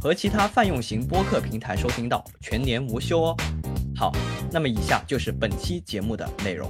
和其他泛用型播客平台收听到，全年无休哦。好，那么以下就是本期节目的内容。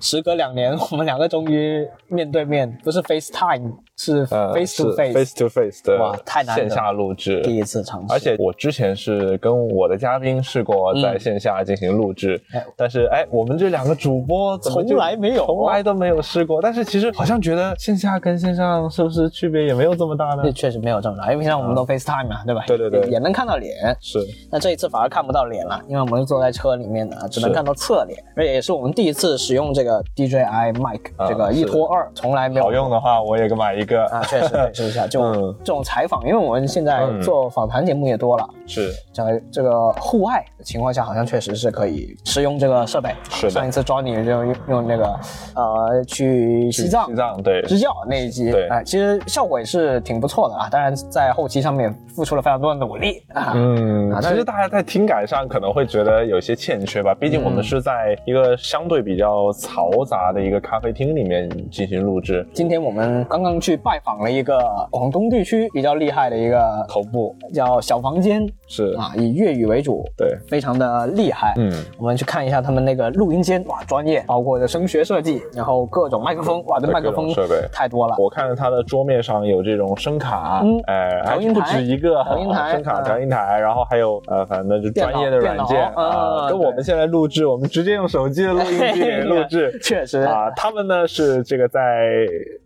时隔两年，我们两个终于面对面，不是 FaceTime，是呃 face to 是 face， face to face 的哇太难了线下录制，第一次尝试。而且我之前是跟我的嘉宾试过在线下进行录制，嗯哎但是哎，我们这两个主播怎么就从来没有从来都没有试过。但是其实好像觉得线下跟线上是不是区别也没有这么大呢这？确实没有这么大，因为平常我们都 FaceTime 嘛，对吧？啊对对对也能看到脸。是那这一次反而看不到脸了，因为我们是坐在车里面的，只能是看到侧脸。而且也是我们第一次使用这个 DJI mic，、啊这个一拖二，从来没有好用的话，我也买一个。啊，确实可以试一 下。就、嗯这种采访，因为我们现在嗯做访谈节目也多了，是在这个户外的情况下，好像确实是可以使用这个设备。是的上一次 Johnny 就用用那个呃去西藏西藏对支教那一集，对哎、其实效果也是挺不错的啊。当然在后期上面付出了非常多的努力啊。嗯啊，但其是实大家在听感上可能会觉得有些欠缺吧，毕竟我们是在一个相对比较嘈杂的一个咖啡厅里面进行录制，今天我们刚刚去拜访了一个广东地区比较厉害的一个头部叫小房间是啊，以粤语为主，对，非常的厉害。嗯，我们去看一下他们那个录音间，哇，专业，包括的声学设计，然后各种麦克风，哇，这对麦克风各种设备太多了。我看它的桌面上有这种声卡，嗯哎，调还音不台止一个啊调音台声卡、嗯调音台，然后还有呃，反正就专业的电脑软件电脑啊，嗯跟对我们现在录制，我们直接用手机的录音机 给录制。确实啊，他们呢是这个在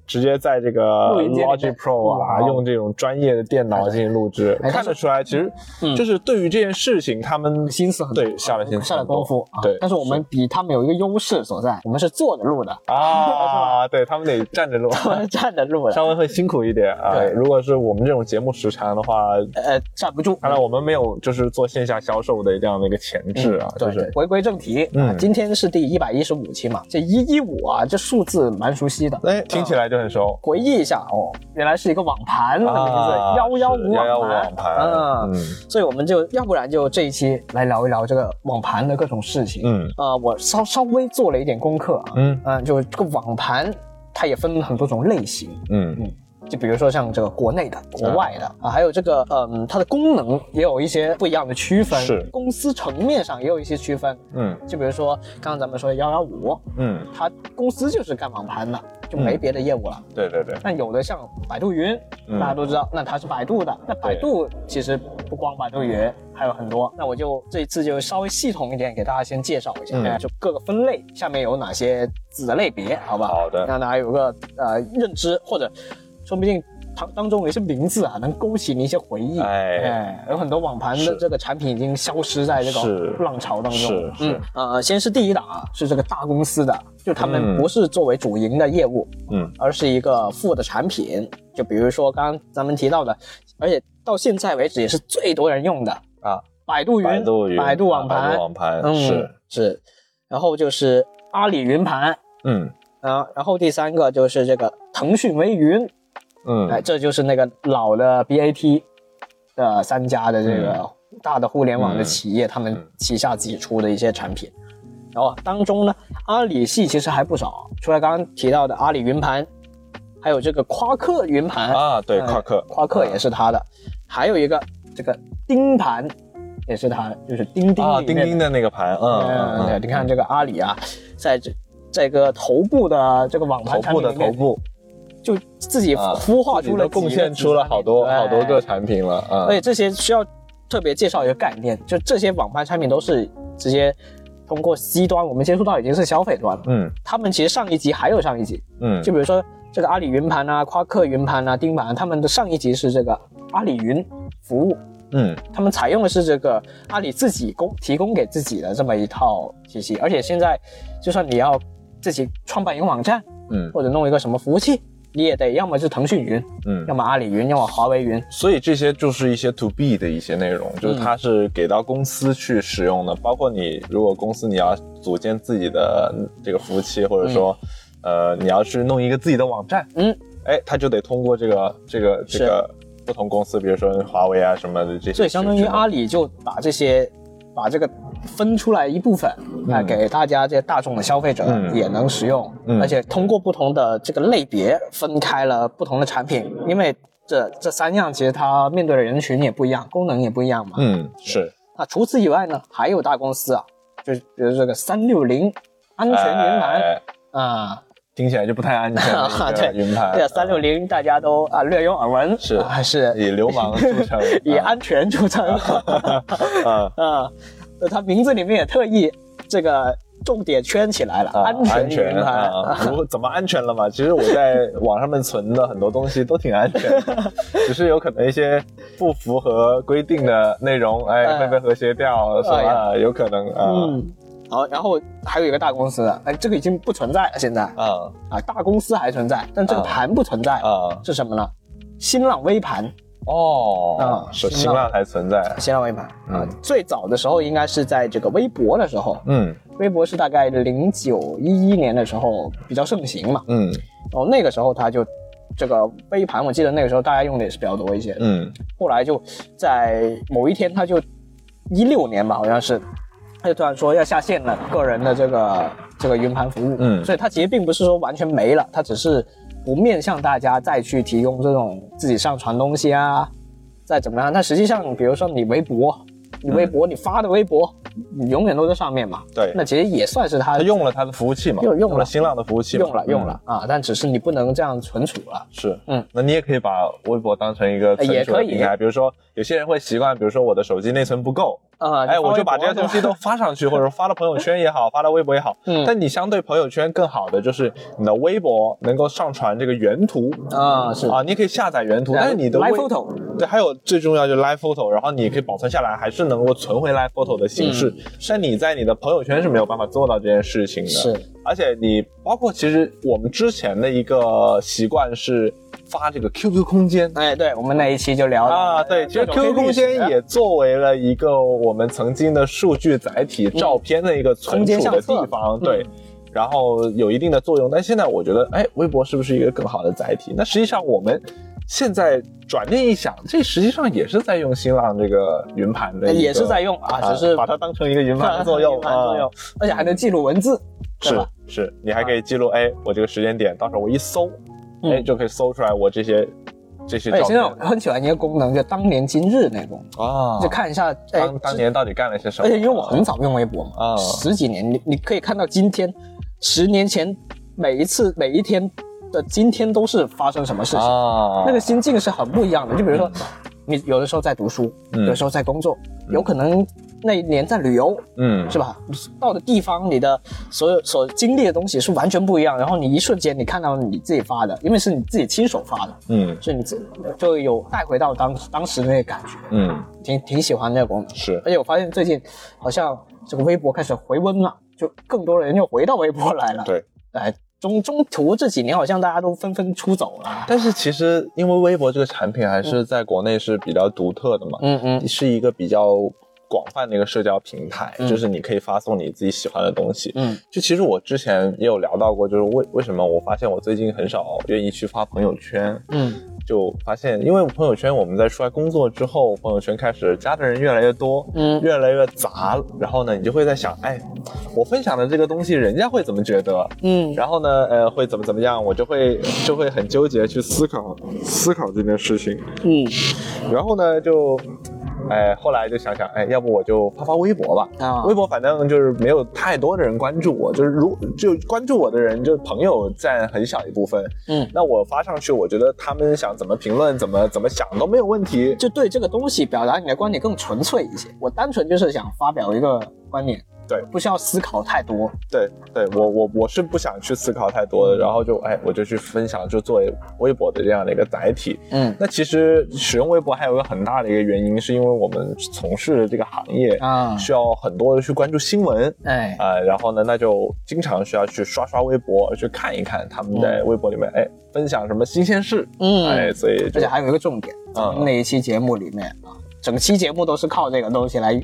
直接在这个录音间里面 Logic Pro 啊，哇哦用这种专业的电脑进行录制，哎嗯看得出来，其实就是对于这件事情，他们心思很对下了心思下了很多功夫啊。对但是我们比他们有一个优势所在，我们是坐着 录的，啊，对他们得站 着录，我们站着 录的，稍微会辛苦一点啊对。如果是我们这种节目时长的话，呃，站不住。看来我们没有就是做线下销售的这样的一个前置啊，就嗯对对是，回归正题啊嗯，今天是第一百一十五期嘛，这一一五啊，这数字蛮熟悉的。哎，听起来就很熟。回忆一下哦，原来是一个网盘的名字，幺幺五啊幺幺五网网盘，嗯，所以我们就要不然就这一期来聊一聊这个网盘的各种事情。嗯呃，我稍稍微做了一点功课啊，嗯、嗯就这个网盘它也分很多种类型，嗯就比如说像这个国内的、国外的啊，还有这个嗯，它的功能也有一些不一样的区分，是公司层面上也有一些区分，嗯就比如说刚刚咱们说的幺幺五，嗯，它公司就是干网盘的，就没别的业务了。对对对，那有的像百度云，嗯大家都知道，那它是百度的。那百度其实不光百度云，还有很多。那我就这一次就稍微系统一点，给大家先介绍一下，哎嗯就各个分类下面有哪些子的类别，好不好？好的让大家有个呃认知，或者说不定当当中有一些名字啊，能勾起你一些回忆。哎哎，有很多网盘的是这个产品已经消失在这是个浪潮当中。是是嗯，呃，先是第一档啊，是这个大公司的，就他们嗯不是作为主营的业务，嗯，而是一个副的产品。就比如说刚刚咱们提到的，而且到现在为止也是最多人用的啊，百度云、百度云、百度网百盘度，网盘嗯是，是，然后就是阿里云盘嗯啊，然后第三个就是这个腾讯微云，哎，嗯这就是那个老的 BAT 的三家的这嗯个大的互联网的企业，他们旗下自己出的一些产品。然后当中呢，阿里系其实还不少，除了刚刚提到的阿里云盘，还有这个夸克云盘，啊，对哎夸克夸克也是它的，还有一个这个钉盘也是它，就是钉钉啊，里面钉钉的那个盘，嗯嗯，对，嗯你看这个阿里啊，在这这个头部的这个网嗯，头盘产部品的里面头部，就自己啊孵化出自己了都几个贡献出了好多子产好品多个，产品了啊对而，且这些需要特别介绍一个概念，就这些网盘产品都是直接通过 C 端我们接触到已经是消费端了，嗯他们其实上一级还有上一级，嗯就比如说这个阿里云盘啊、夸克云盘啊、钉盘，他们的上一级是这个阿里云服务。嗯他们采用的是这个阿里自己供提供给自己的这么一套体系，而且现在就算你要自己创办一个网站嗯或者弄一个什么服务器，你也得要么是腾讯云，嗯要么阿里云，要么华为云。所以这些就是一些 to B 的一些内容，就是嗯它是给到公司去使用的，包括你如果公司你要组建自己的这个服务器，或者说，呃，你要去弄一个自己的网站，嗯，哎，它就得通过这个这个是这个不同公司，比如说华为啊什么的这些去弄，所以相当于阿里就把这些，把这个分出来一部分，啊、嗯给大家这些大众的消费者嗯也能使用，嗯而且通过不同的这个类别分开了不同的产品，因为这这三样其实它面对的人群也不一样，功能也不一样嘛。嗯是那除此以外呢，还有大公司啊，就是比如这个三六零安全云盘哎啊、听起来就不太 安全哈的对一个云盘，对啊，三六嗯零大家都啊略有耳闻，是啊是，以流氓著称 以安全著称。 啊啊，呃它名字里面也特意这个重点圈起来了，啊安全云盘。啊，如 何怎么安全了嘛？其实我在网上面存的很多东西都挺安全 的，只是有可能一些不符合规定的内容，哎，哎会被和谐掉，是哎呀吧？有可能啊，嗯，好，然后还有一个大公司的，哎，这个已经不存在了，现在啊啊，大公司还存在，但这个啊盘不存在，啊，是什么呢？新浪微盘，哦，啊是新新浪浪还存在，新浪微盘啊嗯，最早的时候应该是在这个微博的时候，嗯微博是大概零九一一年的时候比较盛行嘛，嗯然后那个时候它就这个微盘，我记得那个时候大家用的也是比较多一些，嗯后来就在某一天，他就一六年吧，好像是，他就突然说要下线了个人的这个这个云盘服务。嗯所以它其实并不是说完全没了，它只是不面向大家再去提供这种自己上传东西啊，再怎么样。但实际上，比如说你微博，嗯你微博、你发的微博，你永远都在上面嘛。对那其实也算是它他用了他的服务器嘛，用用了了新浪的服务器嘛，嗯用了用了、啊，但只是你不能这样存储了。是，嗯，那你也可以把微博当成一个哎也存储的可以平台，比如说有些人会习惯，比如说我的手机内存不够，啊，哎，我就把这些东西都都发上去，或者发到朋友圈也好，发到微博也好。嗯但你相对朋友圈更好的就是你的微博能够上传这个原图啊是啊，你可以下载原图，但是你的 Live 微 Photo 对，还有最重要就是 live photo，然后你可以保存下来，还是能够存回 live photo 的形嗯式。但你在你的朋友圈是没有办法做到这件事情的。是，而且你包括其实我们之前的一个习惯是发这个 QQ 空间。哎，对我们那一期就聊了啊，对，其实各种 QQ 空历史间也作为了一个我们曾经的数据载体、照片的一个存储的地方，对。嗯然后有一定的作用，但现在我觉得，哎，微博是不是一个更好的载体？那实际上我们现在转念一想，这实际上也是在用新浪这个云盘的一个，也是在用啊，啊，只是把它当成一个云盘的作用 云盘作用啊，而且还能记录文字，对是吧？是，你还可以记录，哎，我这个时间点，到时候我一搜，嗯哎，就可以搜出来我这些这些而且哎照现在片我很喜欢一个功能，就当年今日那个功啊能，就看一下哎当，当年到底干了些什这么？而且因为我很早用微博嘛，啊十几年，你你可以看到今天，十年前每一次每一天的今天都是发生什么事情，啊，那个心境是很不一样的。就比如说，你有的时候在读书，嗯有的时候在工作，有可能那一年在旅游，嗯是吧？你到的地方，你的所有所经历的东西是完全不一样。然后你一瞬间，你看到你自己发的，因为是你自己亲手发的，嗯所以你自就有带回到当当时的那个感觉，嗯挺挺喜欢那个功能。是而且我发现最近好像这个微博开始回温了，就更多人又回到微博来了。对，哎，中中途这几年好像大家都纷纷出走了。但是其实因为微博这个产品还是在国内是比较独特的嘛，嗯嗯，是一个比较广泛的一个社交平台，嗯就是你可以发送你自己喜欢的东西。嗯，就其实我之前也有聊到过，就是为为什么我发现我最近很少愿意去发朋友圈，嗯就发现因为朋友圈我们在出来工作之后，朋友圈开始加的人越来越多，嗯越来越杂，然后呢，你就会在想，哎，我分享的这个东西人家会怎么觉得？啊嗯，然后呢，呃，会怎么怎么样，我就会就会很纠结去思考思考这件事情。嗯然后呢，就，哎，后来就想想，哎，要不我就发发微博吧。啊微博反正就是没有太多的人关注我，就是如就关注我的人，就是朋友占很小一部分。嗯，那我发上去，我觉得他们想怎么评论、怎么怎么想都没有问题。就对这个东西表达你的观点更纯粹一些。我单纯就是想发表一个观点，对，不需要思考太多。对对，我我我是不想去思考太多的，然后就哎，我就去分享，就作为微博的这样的一个载体。嗯那其实使用微博还有一个很大的一个原因，是因为我们从事的这个行业啊，需要很多的去关注新闻。哎，啊、然后呢，那就经常需要去刷刷微博，去看一看他们在微博里面，哎，分享什么新鲜事，哦嗯哎，嗯所以而就且还有一个重点，咱们那一期节目里面啊，整期节目都是靠这个东西来，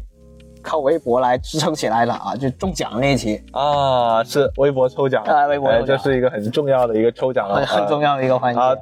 靠微博来支撑起来的啊，就中奖那一期啊，是微博抽奖，啊微博抽哎，奖这是一个很重要的一个抽奖，很很重要。要的一个环节。哎啊，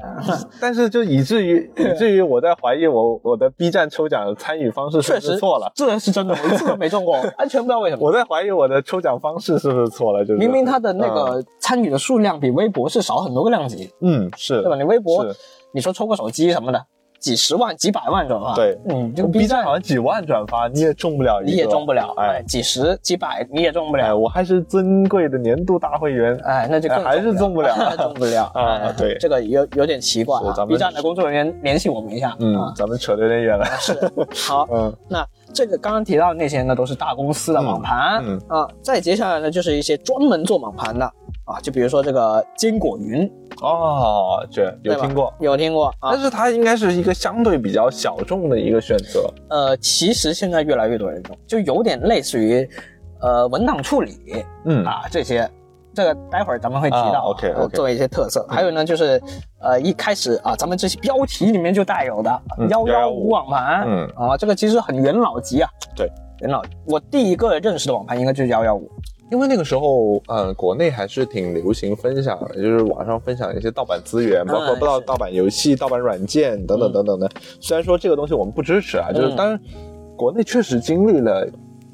但是就以至于以至于我在怀疑我我的 B 站抽奖参与方式是确不实是错 了，这是真的，我一次都没中过，完全不知道为什么。 我在怀疑我的抽奖方式是不是错了，就是嗯明明它的那个参与的数量比微博是少很多个量级，嗯是对吧？你微博是，你说抽个手机什么的，几十万、几百万转发，对嗯，就我 B B 站站好像几万转发你也中不了一个，你也中不了，哎，哎几十、几百你也中不哎，了，我还是尊贵的年度大会员，哎，那就更哎还是中 不了那中不了 啊哎对这个有有点奇怪是啊咱们，B 站的工作人员联系我们一下，嗯啊，咱们扯得有点远了，是好，嗯那这个刚刚提到的那些呢，都是大公司的网盘，嗯啊，再接下来呢，就是一些专门做网盘的啊，就比如说这个坚果云，哦，这有对吧听过。有听过啊但，是它应该是一个相对比较小众的一个选择，呃，其实现在越来越多人用，就有点类似于呃文档处理嗯啊这些。这个待会儿咱们会提到、啊，OK，OK 嗯作为一些特色。还有呢，就是，呃，一开始啊，咱们这些标题里面就带有的嗯幺幺五115网盘，嗯啊，这个其实很元老级啊。对，元老，我第一个认识的网盘应该就是幺幺五。因为那个时候，嗯，国内还是挺流行分享的，就是网上分享一些盗版资源，包括嗯不到是盗版游戏、盗版软件等等等等的。虽然说这个东西我们不支持啊，就是嗯但是国内确实经历了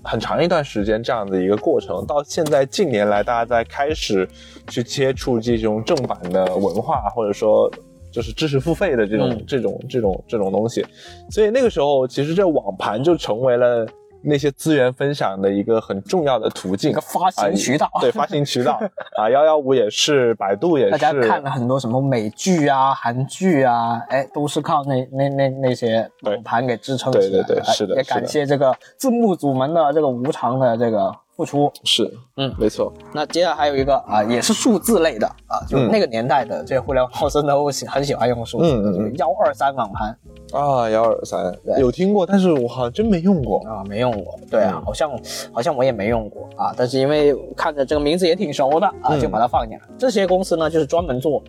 很长一段时间这样的一个过程，到现在近年来，大家在开始去接触这种正版的文化，或者说。就是知识付费的这种、嗯这种这种这种东西，所以那个时候，其实这网盘就成为了那些资源分享的一个很重要的途径一个。发行渠道。哎对，发行渠道 啊，幺幺五也是，百度也是，大家看了很多什么美剧啊、韩剧啊，哎，都是靠那那那那些对网盘给支撑起来对对对哎是的也是的感谢这个字幕组们的这个无偿的这个付出。是，嗯没错，那接下来还有一个啊，也是数字类的啊，就嗯那个年代的这互联网真的我喜很喜欢用数字，嗯嗯嗯幺二三网盘啊，幺二三对有听过，但是我好像真没用过。啊，没用过，对啊，嗯好像好像我也没用过啊，但是因为看着这个名字也挺熟的啊，嗯就把它放进来。这些公司呢，就是专门做，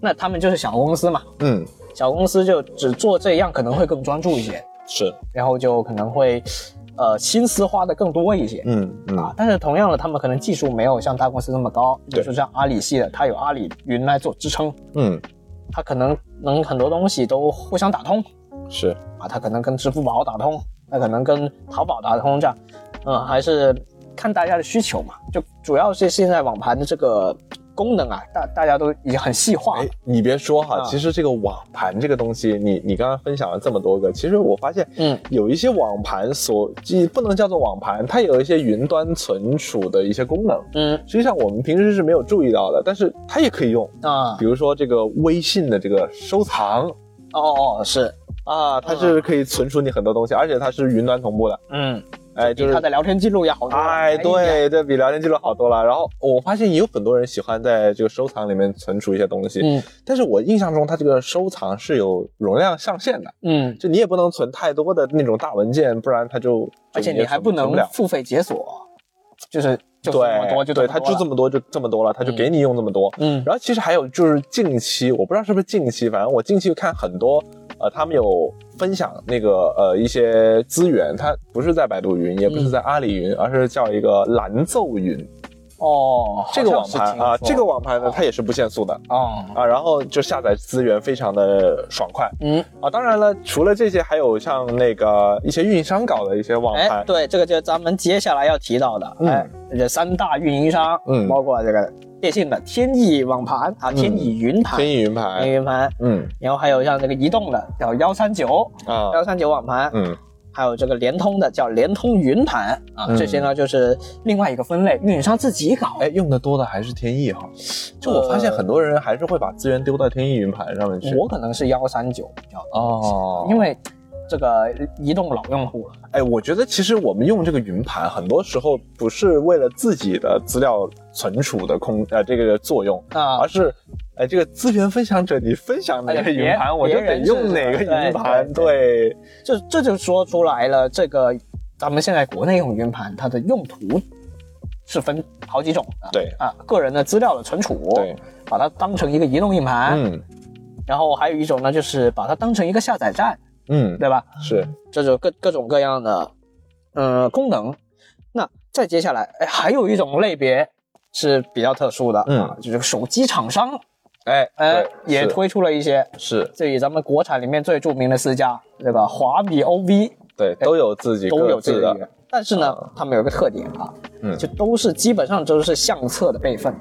那他们就是小公司嘛，嗯，小公司就只做这样可能会更专注一些，是，然后就可能会，呃，心思花的更多一些、嗯啊嗯。但是同样的，他们可能技术没有像大公司那么高，比对如说像阿里系的，它有阿里云来做支撑，嗯，它可能能很多东西都互相打通是，啊，它可能跟支付宝打通，它可能跟淘宝打通这样，嗯，还是看大家的需求嘛，就主要是现在网盘的这个功能啊，大大家都已经很细化哎了，，你别说哈，啊其实这个网盘这个东西，你你刚刚分享了这么多个，其实我发现，嗯，有一些网盘所既不能叫做网盘，它有一些云端存储的一些功能，嗯实际上我们平时是没有注意到的，但是它也可以用，啊比，如说这个微信的这个收藏，哦哦是，啊，它是可以存储你很多东西，而且它是云端同步的。嗯，哎，就比他是的聊天记录要好多了，哎，呀对，这比聊天记录好多了。然后我发现也有很多人喜欢在这个收藏里面存储一些东西，嗯但是我印象中它这个收藏是有容量上限的，嗯，就你也不能存太多的那种大文件，不然它就而且就也你还存不能存了。付费解锁，就是就这么多对，就对，它它就这么么多，就这么多了，它就给你用这么多。嗯然后其实还有就是近期，我不知道是不是近期，反正我近期看很多，呃，他们有分享那个呃一些资源，它不是在百度云，也不嗯是在阿里云，而是叫一个蓝奏云哦，这个网盘啊，这个网网盘呢它也是不限速的哦啊，然后就下载资源非常的爽快嗯啊。当然了，除了这些，还有像那个一些运营商搞的一些网哎盘，对，这个就是咱们接下来要提到的嗯哎，这三大运营商，嗯包括这个电信的天翼网盘啊，天翼云盘，天天翼云翼盘，云盘，嗯然后还有像这个移动的叫幺三九啊，幺三九网盘，嗯还有这个联通的叫联通云盘啊，嗯这些呢就是另外一个分类，运营商自己搞。哎，用的多的还是天翼哈。就我发现呃很多人还是会把资源丢到天翼云盘上面去。我可能是幺三九比较多哦因为这个移动老用户了。哎，我觉得其实我们用这个云盘，很多时候不是为了自己的资料存储的空呃这个作用，啊而是哎这个资源分享者你分享哪个哎别云盘，我就别得人是用哪个云盘。对对，这这就说出来了，这个咱们现在国内用云盘它的用途是分好几种的。对啊，个人的资料的存储，对，把它当成一个移动硬盘，嗯然后还有一种呢，就是把它当成一个下载站，嗯，对吧？是这就各各种各样的呃功能。那再接下来，哎，还有一种类别是比较特殊的，嗯啊，就是手机厂商，哎哎对，也是推出了一些。是这以咱们国产里面最著名的四家，对吧？华米 OV 对，都有自己哎都有各这自个的，但是呢啊，他们有个特点啊，嗯就都是基本上都是相册的备份，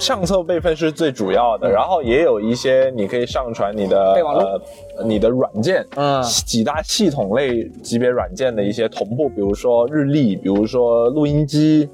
相册备份是最主要的，嗯然后也有一些你可以上传你的备忘录呃你的软件，嗯几大系统类级别软件的一些同步，比如说日历，比如说录音机，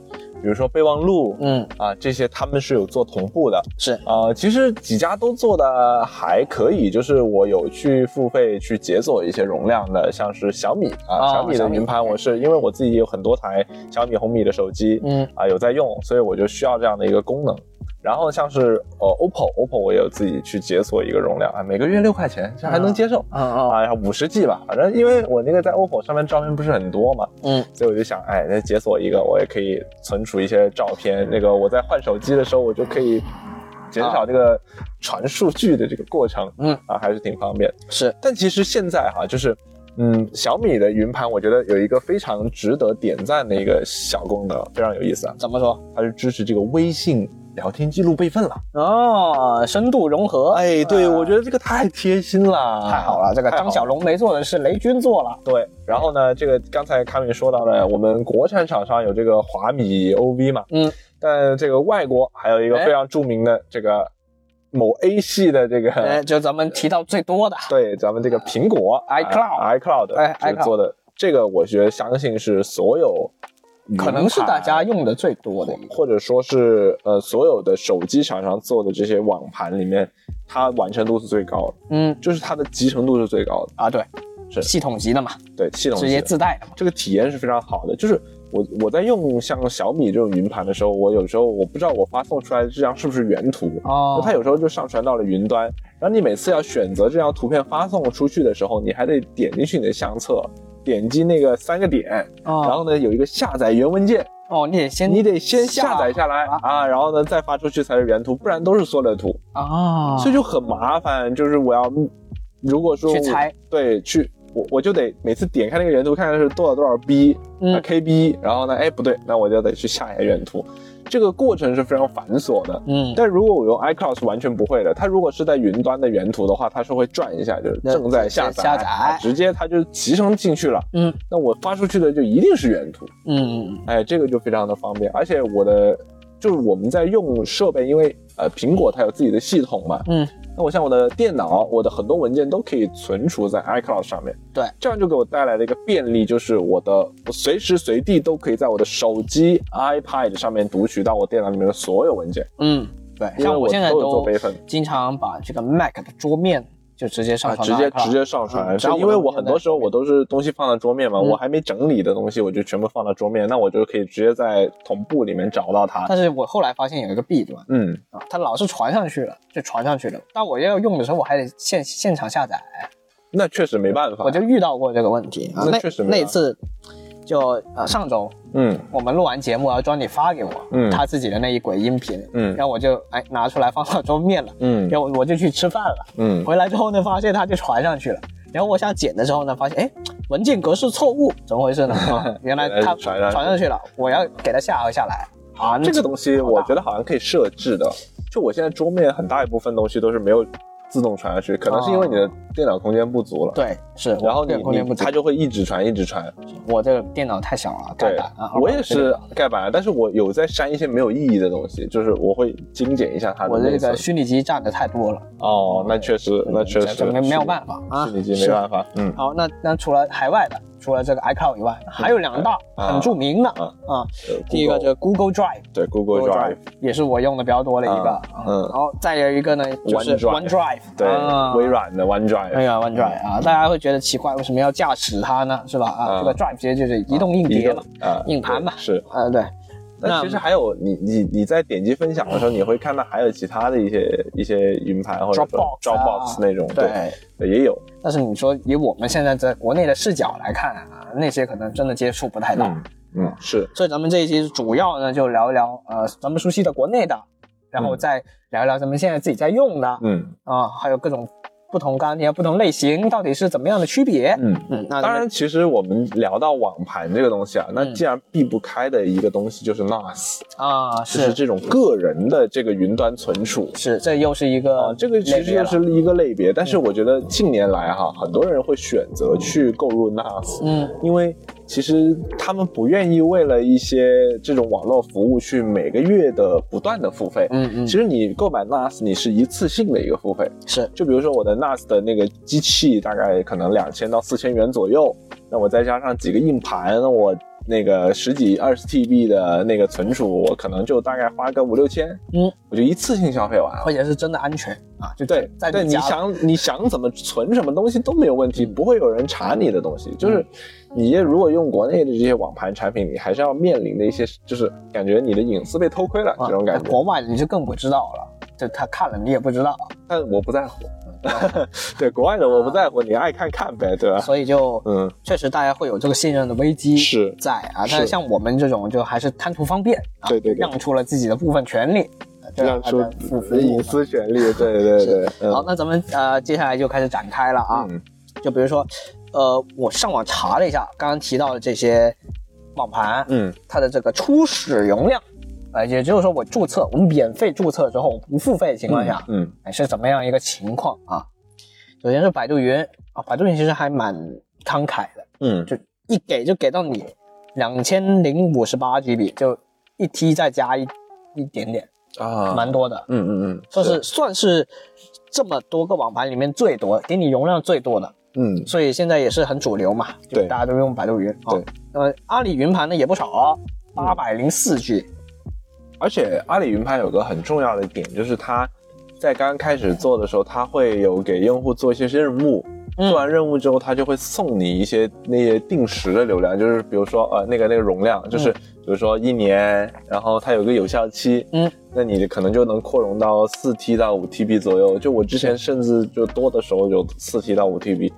比如说备忘录，嗯，啊，这些他们是有做同步的。是呃，其实几家都做的还可以，就是我有去付费去解锁一些容量的，像是小米啊，哦小米的小米云盘，我是因为我自己有很多台小米、红米的手机，嗯啊有在用，所以我就需要这样的一个功能。然后像是呃 OPPO，OPPO 我也有自己去解锁一个容量啊，每个月六块钱，这还能接受。嗯嗯啊，然后五十 G 吧，反正因为我那个在 OPPO 上面照片不是很多嘛，嗯，所以我就想，哎，那解锁一个，我也可以存储一些照片。那个我在换手机的时候，我就可以减少这个传数据的这个过程，啊嗯啊，还是挺方便。是但其实现在哈、就是。嗯，小米的云盘，我觉得有一个非常值得点赞的一个小功能，非常有意思啊，怎么说？它是支持这个微信聊天记录备份了。哦，深度融合，哎，对，啊我觉得这个太贴心了，啊太好了，这个太好张小了龙没做的事，雷军做了。对，然后呢，这个刚才卡米说到了，我们国产厂商有这个华米 OV 嘛，嗯，但这个外国还有一个非常著名的这个某 A 系的这个，呃，就咱们提到最多的，对，咱们这个苹果 iCloud 啊 iCloud 哎这个 iCloud 做的这个，我觉得相信是所有云可能是大家盘。用的最多的一个。或者说是呃，所有的手机厂商做的这些网盘里面，它完成度是最高的，嗯，就是它的集成度是最高的。啊，对，是系统级的嘛，对，系统直级接的自带的嘛。这个体验是非常好的。就是我我在用像小米这种云盘的时候，我有时候我不知道我发送出来的这张是不是原图，哦它有时候就上传到了云端。然后你每次要选择这张图片发送出去的时候，你还得点进去你的相册，点击那个三个点，然哦后呢有一个下载原文件，哦，你得先你得先下载下来下啊，然后呢再发出去才是原图，不然都是缩略图，啊，所以就很麻烦。就是我要如果说去我猜，对去。我我就得每次点开那个原图，看看是多少多少 B，啊嗯 KB，然后呢，哎不对，那我就得去下一下原图，这个过程是非常繁琐的。嗯，但如果我用 iCloud 是完全不会的，它如果是在云端的原图的话，它是会转一下，就是那正在下直接载，下载啊直接它就集成进去了。嗯，那我发出去的就一定是原图，嗯嗯哎，这个就非常的方便。而且我的就是我们在用设备，因为呃苹果它有自己的系统嘛，嗯，那我像我的电脑，我的很多文件都可以存储在 iCloud 上面。对，这样就给我带来了一个便利，就是我的我随时随地都可以在我的手机、iPad 上面读取到我电脑里面的所有文件，嗯，对，因为像我现在都有做都备份。经常把这个 Mac 的桌面就直接上啊，传直到接 iCloud 直接上传，嗯只是要因为的我文件很多在时候我都是东西放在桌面嘛，嗯我还没整理的东西我就全部放到桌面，那我就可以直接在同步里面找到它。但是我后来发现有一个弊端嗯，啊，它老是传上去了，就传上去了。但我要用的时候，我还得现现场下载，那确实没办法。我就遇到过这个问题啊。那那确实没那办法次就呃上周嗯我们录完节目，然后庄里发给我，嗯他自己的那一轨音频，嗯然后我就哎拿出来放到桌面了，嗯然后我就去吃饭了。嗯回来之后呢，发现它就传上去了。然后我想剪的时候呢，发现哎，文件格式错误，怎么回 事呢？啊原来它传上去传上去了，我要给它下和下来啊。那这个东西我觉得好像可以设置的。就我现在桌面很大一部分东西都是没有自动传下去，可能是因为你的电脑空间不足哦了。。对是，然后我你这个空间你不足它就会一直传一直传，我这个电脑太小了，盖对板啊。我也是盖板，但是我有在删一些没有意义的东西，就是我会精简一下它的我这内存个。虚拟机占的太多了，哦，那确实，那嗯确这实这没没有办法法啊，虚拟机没是办法，嗯好，那那除了海外的，除了这个 iCloud 以外，还有两大啊很著名的啊啊。呃第一个 Google- 就是 Google Drive，对 Google Drive，也是我用的比较多的一个啊。啊嗯然后再有一个呢，就是 OneDrive OneDrive，对啊哎微软的 OneDrive，那个 OneDrive 啊，大家会觉得奇怪，为什么要驾驶它呢？是吧？啊，嗯这个 drive 其实就是移动硬碟嘛，啊，硬盘嘛是。啊，对，那那其实还有你你你在点击分享的时候，你会看到还有其他的一些一些云盘或者说 Dropbox 啊 Dropbox 那种，对。对，也有。但是你说以我们现在在国内的视角来看啊，那些可能真的接触不太到。嗯嗯，是所以咱们这一期主要呢就聊一聊呃咱们熟悉的国内的，然后嗯再聊一聊咱们现在自己在用的啊、嗯还有各种不同钢铁、不同类型到底是怎么样的区别。嗯。嗯，那咱们当然，其实我们聊到网盘这个东西啊，那嗯既然避不开的一个东西就是 NAS，啊就是是这种个人的这个云端存储。是，这又是一啊、个这个其类实别就了是一个类别，但是我觉得近年来哈，很多人会选择去购入 NAS，嗯因为其实他们不愿意为了一些这种网络服务去每个月的不断的付费。嗯嗯其实你购买 NAS，你是一次性的一个付费，是就比如说我的 NAS 的那个机器大概可能两千到四千元左右，那我再加上几个硬盘，我那个十几二十 TB 的那个存储，我可能就大概花个五六千，嗯，我就一次性消费完了。而且是真的安全啊，就对，在对，你你家嗯想你想怎么存什么东西都没有问题，不会有人查你的东西。就是你如果用国内的这些网盘产品，你还是要面临的一些，就是感觉你的隐私被偷窥了啊这种感觉。国外你就更不知道了，就他看了你也不知道，但我不在乎， 对国外的我不在乎，你爱看看呗，对吧？嗯所以就嗯，确实大家会有这个信任的危机是在啊，但是是像我们这种就还是贪图方便啊，对对对让出了自己的部分权利，啊这样让出大家付付隐私权利，对对对，嗯好，那咱们呃接下来就开始展开了啊，嗯就比如说，呃，我上网查了一下刚刚提到的这些网盘，嗯它的这个初始容量，呃，也就是说我注册，我们免费注册之后我不付费的情况下，嗯哎，是怎么样一个情况啊？首先是百度云啊，百度云其实还蛮慷慨的。嗯，就一给就给到你两千零五十八 GB，就一 T 再加一一点点，啊，蛮多的，嗯嗯嗯，算是算是这么多个网盘里面最多，给你容量最多的，嗯所以现在也是很主流嘛，就对大家都用百度云啊。对，嗯那么阿里云盘呢也不少，哦八百零四 G，而且阿里云盘有个很重要的点，就是它在刚开始做的时候，它会有给用户做一些任务。嗯做完任务之后，它就会送你一些那些定时的流量，就是比如说呃那个那个容量，嗯就是比如说一年，然后它有个有效期，嗯，那你可能就能扩容到四 T 到五 TB 左右。就我之前甚至就多的时候有四 T 到五 TB，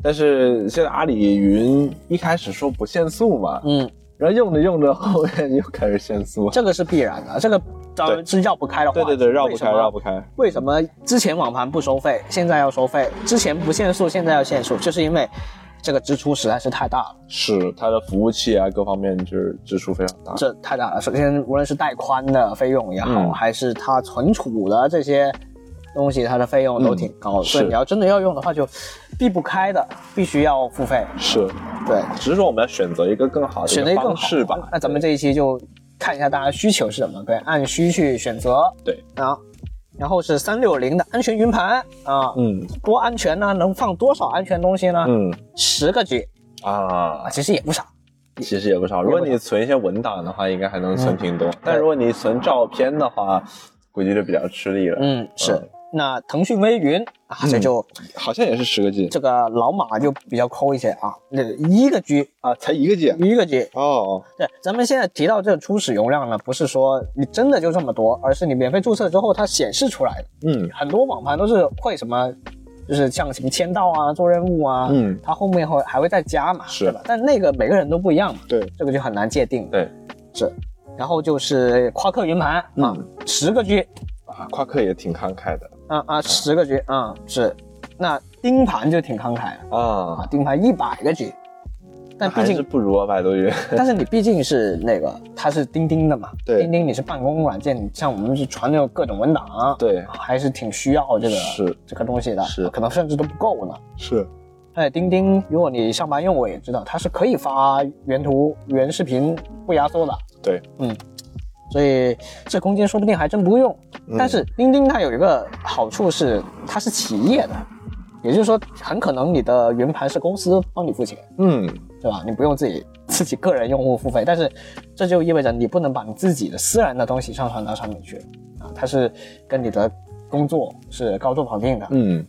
但是现在阿里云一开始说不限速嘛，嗯，然后用着用着后面又开始限速了。这个是必然的，这个当然对是绕不开的话对题。对对，绕不开，绕不开。开。为什么之前网盘不收费，现在要收费？之前不限速，现在要限速，就是因为这个支出实在是太大了。是它的服务器啊，各方面就是支出非常大。这太大了。首先，无论是带宽的费用也好，嗯还是它存储的这些东西，它的费用都挺高的。嗯所以是你要真的要用的话，就避不开的，必须要付费。是，对，只是说我们要选择一个更好的选择一一啊个个更方好式吧。那咱们这一期就看一下大家需求是什么，对，按需去选择。对啊，然后是三六零的安全云盘啊，嗯多安全呢？能放多少安全东西呢？嗯十个 G 啊啊，，其实也不少。其实也不少。如果你存一些文档的话，应该还能嗯存挺多。但如果你存照片的话，估计就比较吃力了。嗯，是。嗯那腾讯微云啊，这嗯就好像也是十个 G 这个老马就比较抠一些啊，那一个 G 啊，才一个 G 一个 G。哦。对，咱们现在提到这个初始容量呢，不是说你真的就这么多，而是你免费注册之后它显示出来的。嗯很多网盘都是会什么，就是像什么签到啊、做任务啊，嗯，它后面会还会再加嘛，是对吧？但那个每个人都不一样嘛，对这个就很难界定。对，嗯是。然后就是夸克云盘啊，十个 G 啊，夸克也挺慷慨的啊啊，十个 G 啊、是。那钉盘就挺慷慨了。啊啊，，钉盘一百个 G，但毕还是竟，不如啊百度云。但是你毕竟是那个，它是钉钉的嘛，对钉钉你是办公软件，你像我们是传那种各种文档，，对，还是挺需要这个是这个东西的，是可能甚至都不够呢。是而且钉钉，如果你上班用，我也知道它是可以发原图、原视频不压缩的，对，嗯，所以这空间说不定还真不用。嗯但是钉钉它有一个好处是，它是企业的，也就是说，很可能你的云盘是公司帮你付钱。嗯，对吧？你不用自己自己个人用户付费，但是这就意味着你不能把你自己的私人的东西上传到上面去啊，它是跟你的工作是高度绑定的。嗯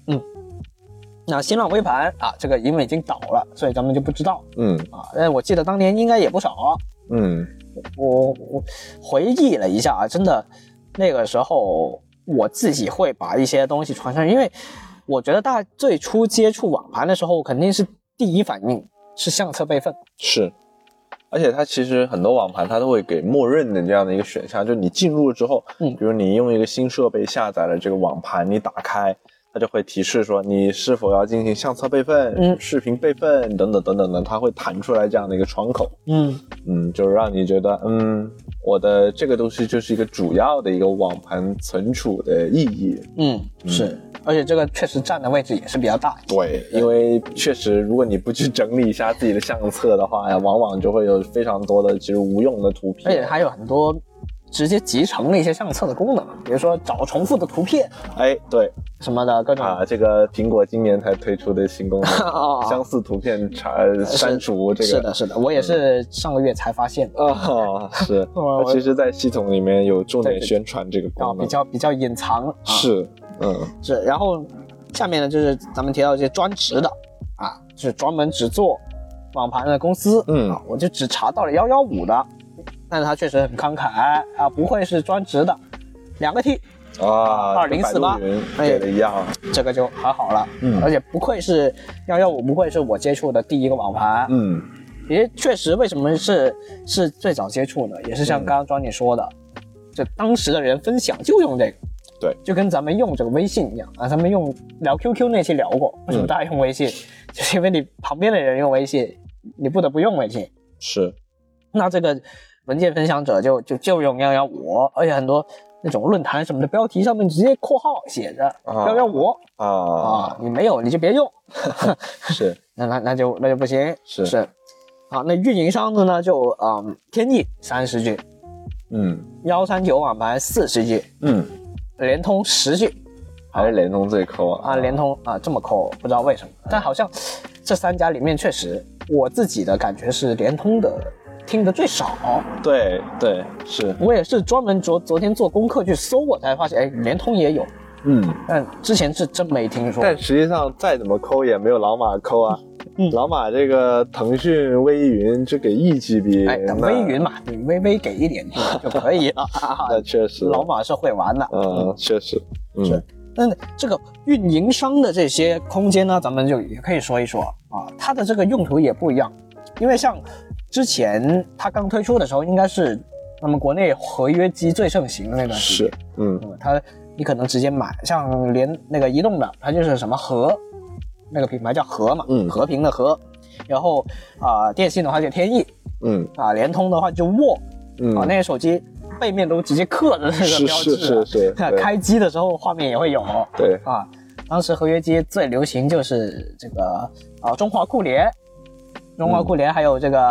那新浪微盘啊，这个因为已经倒了，所以咱们就不知道嗯啊。但我记得当年应该也不少，嗯我我回忆了一下啊，真的那个时候我自己会把一些东西传上去，因为我觉得大家最初接触网盘的时候，肯定是第一反应是相册备份。是。而且它其实很多网盘它都会给默认的这样的一个选项，就你进入了之后，嗯比如你用一个新设备下载了这个网盘，你打开，它就会提示说你是否要进行相册备份、嗯视频备份等等等等等，它会弹出来这样的一个窗口。嗯，嗯，就是让你觉得，嗯，我的这个东西就是一个主要的一个网盘存储的意义。嗯，是，而且这个确实占的位置也是比较大。对，因为确实，如果你不去整理一下自己的相册的话呀，往往就会有非常多的其实无用的图片。而且还有很多直接集成了一些相册的功能，比如说找重复的图片哎，对什么的各种。啊，这个苹果今年才推出的新功能， 哦呃相似图片查是删除这个。是的，是的，我也是上个月才发现的， 啊， 是，我它其实，在系统里面有重点对宣传这个啊，功能比。较比较隐藏，啊、嗯是，嗯，是。然后下面呢，就是咱们提到一些专职的啊，就是专门只做网盘的公司，嗯啊，我就只查到了幺幺五的，但是他确实很慷慨啊，不愧是专职的，两个 T，啊， 2048跟百度云哎给的一样，这个就还好了，嗯而且不愧是幺幺五，不愧是我接触的第一个网盘，嗯。也确实，为什么是是最早接触呢？也是像刚刚庄姐说的，就当时的人分享就用这个，嗯对，就跟咱们用这个微信一样啊，咱们用聊 QQ 那期聊过，嗯为什么大家用微信？ 就是因为你旁边的人用微信，你不得不用微信。是，那这个文件分享者就就就用幺幺五，而且很多那种论坛什么的标题上面直接括号写着啊幺幺五啊啊，，你没有你就别用。 是那那那就那就不行，是是，好，那运营商的呢就嗯，天翼三十 G，嗯幺三九网盘四十 G，嗯，联通十 G 还是联通最抠啊啊，联通啊这么抠，不知道为什么，但好像这三家里面确实，我自己的感觉是联通的听的最少，对对是，我也是专门昨昨天做功课去搜，我才发现，哎，联通也有，嗯，但之前是真没听说，但实际上再怎么抠也没有老马抠啊，嗯老马这个腾讯微云只给一 GB，哎，等那微云嘛，你微微给一点点就可以了，哈哈那确实，老马是会玩的，嗯确实，是嗯但这个运营商的这些空间呢，咱们就也可以说一说啊，它的这个用途也不一样，因为像之前它刚推出的时候，应该是那么国内合约机最盛行的那段时间是，嗯嗯它你可能直接买，像联那个移动的，它就是什么和，那个品牌叫和嘛，嗯和平的和，然后啊、电信的话就天翼嗯啊、联通的话就沃嗯啊，那些手机背面都直接刻着那个是标是志啊 是，是，对开机的时候画面也会有。对啊，当时合约机最流行就是这个啊，中华酷联，中华酷联还有这个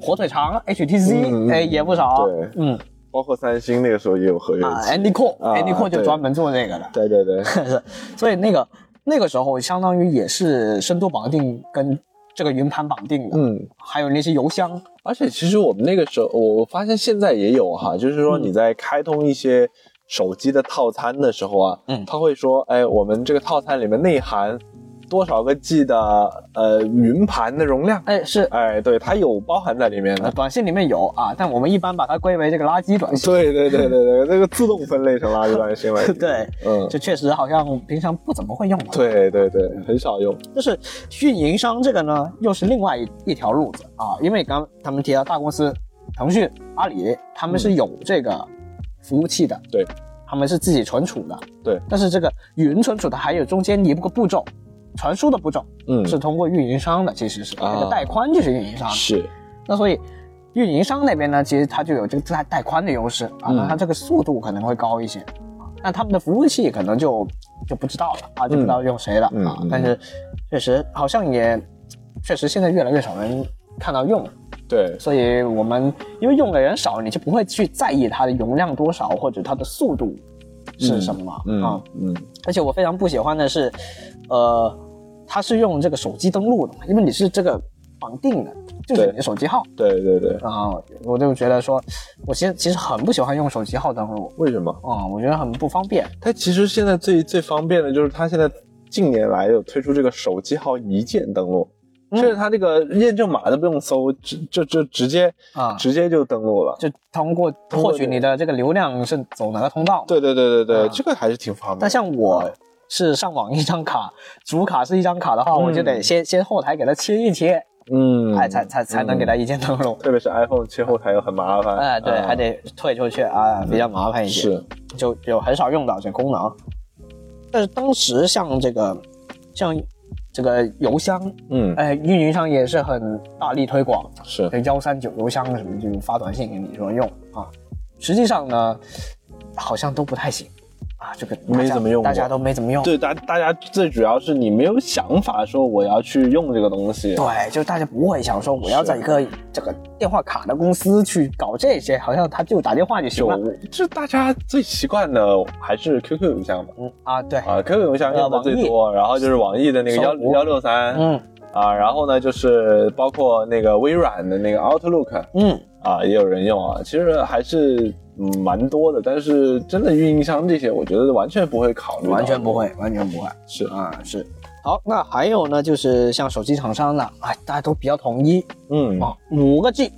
火腿肠 HTC，哎、嗯嗯嗯嗯也不少，对嗯 包括三星那个时候也有合约啊期， ，Andy Cole，Andy、啊 Cole 就对专门做这个的，对对 对，是，所以那个那个时候相当于也是深度绑定跟这个云盘绑定的，嗯。还有那些邮箱，而且其实我们那个时候，我我发现现在也有哈，就是说嗯你在开通一些手机的套餐的时候啊，嗯他会说，哎，我们这个套餐里面内含多少个 G 的呃云盘的容量，哎是。哎，对，它有包含在里面呃的。短信里面有啊，但我们一般把它归为这个垃圾短信。对对对对对，这个自动分类成垃圾短信了。 对，嗯，这确实好像平常不怎么会用嘛。对对对，很少用。就是运营商这个呢，又是另外一一条路子啊，因为刚他们提到大公司，腾讯、阿里，他们是有这个服务器的，嗯对，他们是自己存储的，对。但是这个云存储它还有中间一个步骤，传输的步骤嗯，是通过运营商的，其实是啊那个带宽就是运营商的，是，那所以。运营商那边呢，其实它就有这个带带宽的优势啊，嗯那它这个速度可能会高一些，啊那他们的服务器可能就就不知道了啊，就不知道用谁了嗯啊嗯。但是确实好像也确实现在越来越少人看到用了，对，所以我们因为用的人少，你就不会去在意它的容量多少或者它的速度是什么、啊嗯。嗯，而且我非常不喜欢的是，呃，它是用这个手机登录的嘛，因为你是这个绑定的，就是对你的手机号。对对对，啊，我就觉得说，我现在其实很不喜欢用手机号登录，为什么？啊、我觉得很不方便。它其实现在最最方便的就是它现在近年来有推出这个手机号一键登录，嗯甚至它这个验证码都不用搜，直就就直接啊直接就登录了。就通过通过获取这个你的这个流量是走哪个通道嘛。对对对对对，啊这个还是挺方便的。但像我是上网一张卡，主卡是一张卡的话，我就得先先后台给它切一切，嗯，哎，才才才能给它嗯，一键登录。特别是 iPhone 切后台又很麻烦。哎，对，啊还得退出去啊，比较麻烦一些。是，就就很少用到这功能。但是当时像这个，像这个邮箱，嗯哎，运营商也是很大力推广，是，这幺三九邮箱什么就发短信给你说用啊。实际上呢，好像都不太行啊，这个大家没怎么用过大家都没怎么用。对大大家最主要是你没有想法说我要去用这个东西。对，就大家不会想说我要是在一个这个电话卡的公司去搞这些，好像他就打电话就行就了。这大家最习惯的还是 QQ 邮箱吧。嗯啊，对，啊，QQ 邮箱用的最多，然后就是网易的那个搜幺狐幺六三嗯啊，然后呢就是包括那个微软的那个 Outlook 嗯，啊，也有人用啊，其实还是嗯蛮多的，但是真的运营商这些，我觉得完全不会考虑到，完全不会，完全不会。是啊，啊，是。好，那还有呢，就是像手机厂商呢，哎，大家都比较统一嗯啊，五个 G，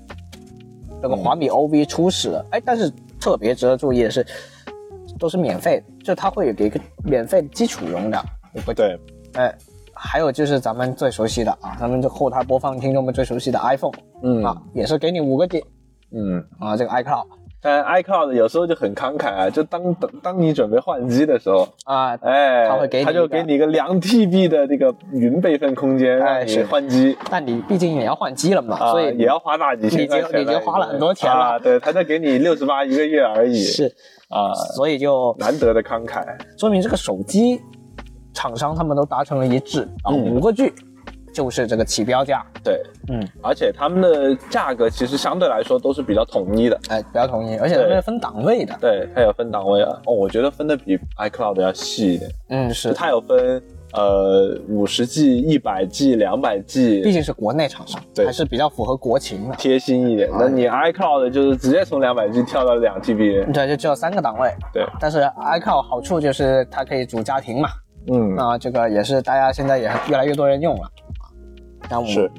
这个华米 OV 初始了，哎，但是特别值得注意的是，都是免费的，就它会给一个免费的基础容量，对，哎，还有就是咱们最熟悉的啊，咱们这后台播放听众们最熟悉的 iPhone 嗯啊，也是给你五个 G 嗯，啊，这个 iCloud 但 iCloud 有时候就很慷慨啊，就当当当你准备换机的时候，啊，哎，它会给你它就一个给你一个两 TB 的这个云备份空间，哎让你是换机。但你毕竟也要换机了嘛，啊，所以也要花大几千块钱了，你就你就花了很多钱了啊对，他再给你六十八一个月而已，是，啊，所以就难得的慷慨。说明这个手机厂商他们都达成了一致啊，嗯五个 G 就是这个起标价，对，嗯，而且他们的价格其实相对来说都是比较统一的，哎，比较统一，而且他们是分档位的，对，它有分档位啊。哦，我觉得分的比 iCloud 要细一点，嗯，是，它有分呃五十 G、一百 G、两百毕 G，竟是国内厂商，对还是比较符合国情的，贴心一点。那你哎 iCloud 就是直接从两百 G 跳到两 TB，对，就只有三个档位，对，但是 iCloud 好处就是它可以组家庭嘛，嗯，那这个也是大家现在也越来越多人用了，啊，那我是，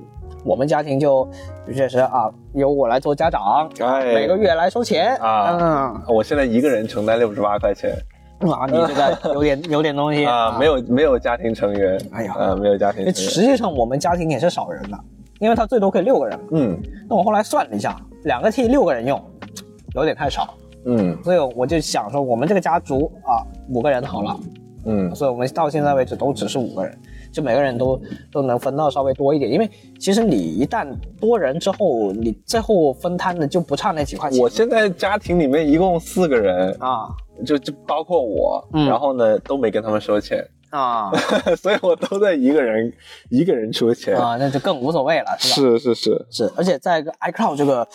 我们家庭就就确实啊，由我来做家长。哎，每个月来收钱啊嗯我现在一个人承担六十八块钱。啊，你这 个有点有点东西啊，没有没有家庭成员，哎呀啊，没有家庭那成员，实际上我们家庭也是少人的，因为他最多可以六个人嘛。嗯那我后来算了一下，两个 T 六个人用，有点太少，嗯所以我就想说，我们这个家族啊五个人好了，嗯，所以我们到现在为止都只是五个人，就每个人都都能分到稍微多一点，因为其实你一旦多人之后，你最后分摊的就不差那几块钱我现在家庭里面一共四个人，啊就就包括我，嗯然后呢都没跟他们收钱， 啊所以我都在一个人一个人出钱，啊，那就更无所谓了，是吧？啊是是是，是，而且在一个 iCloud 这个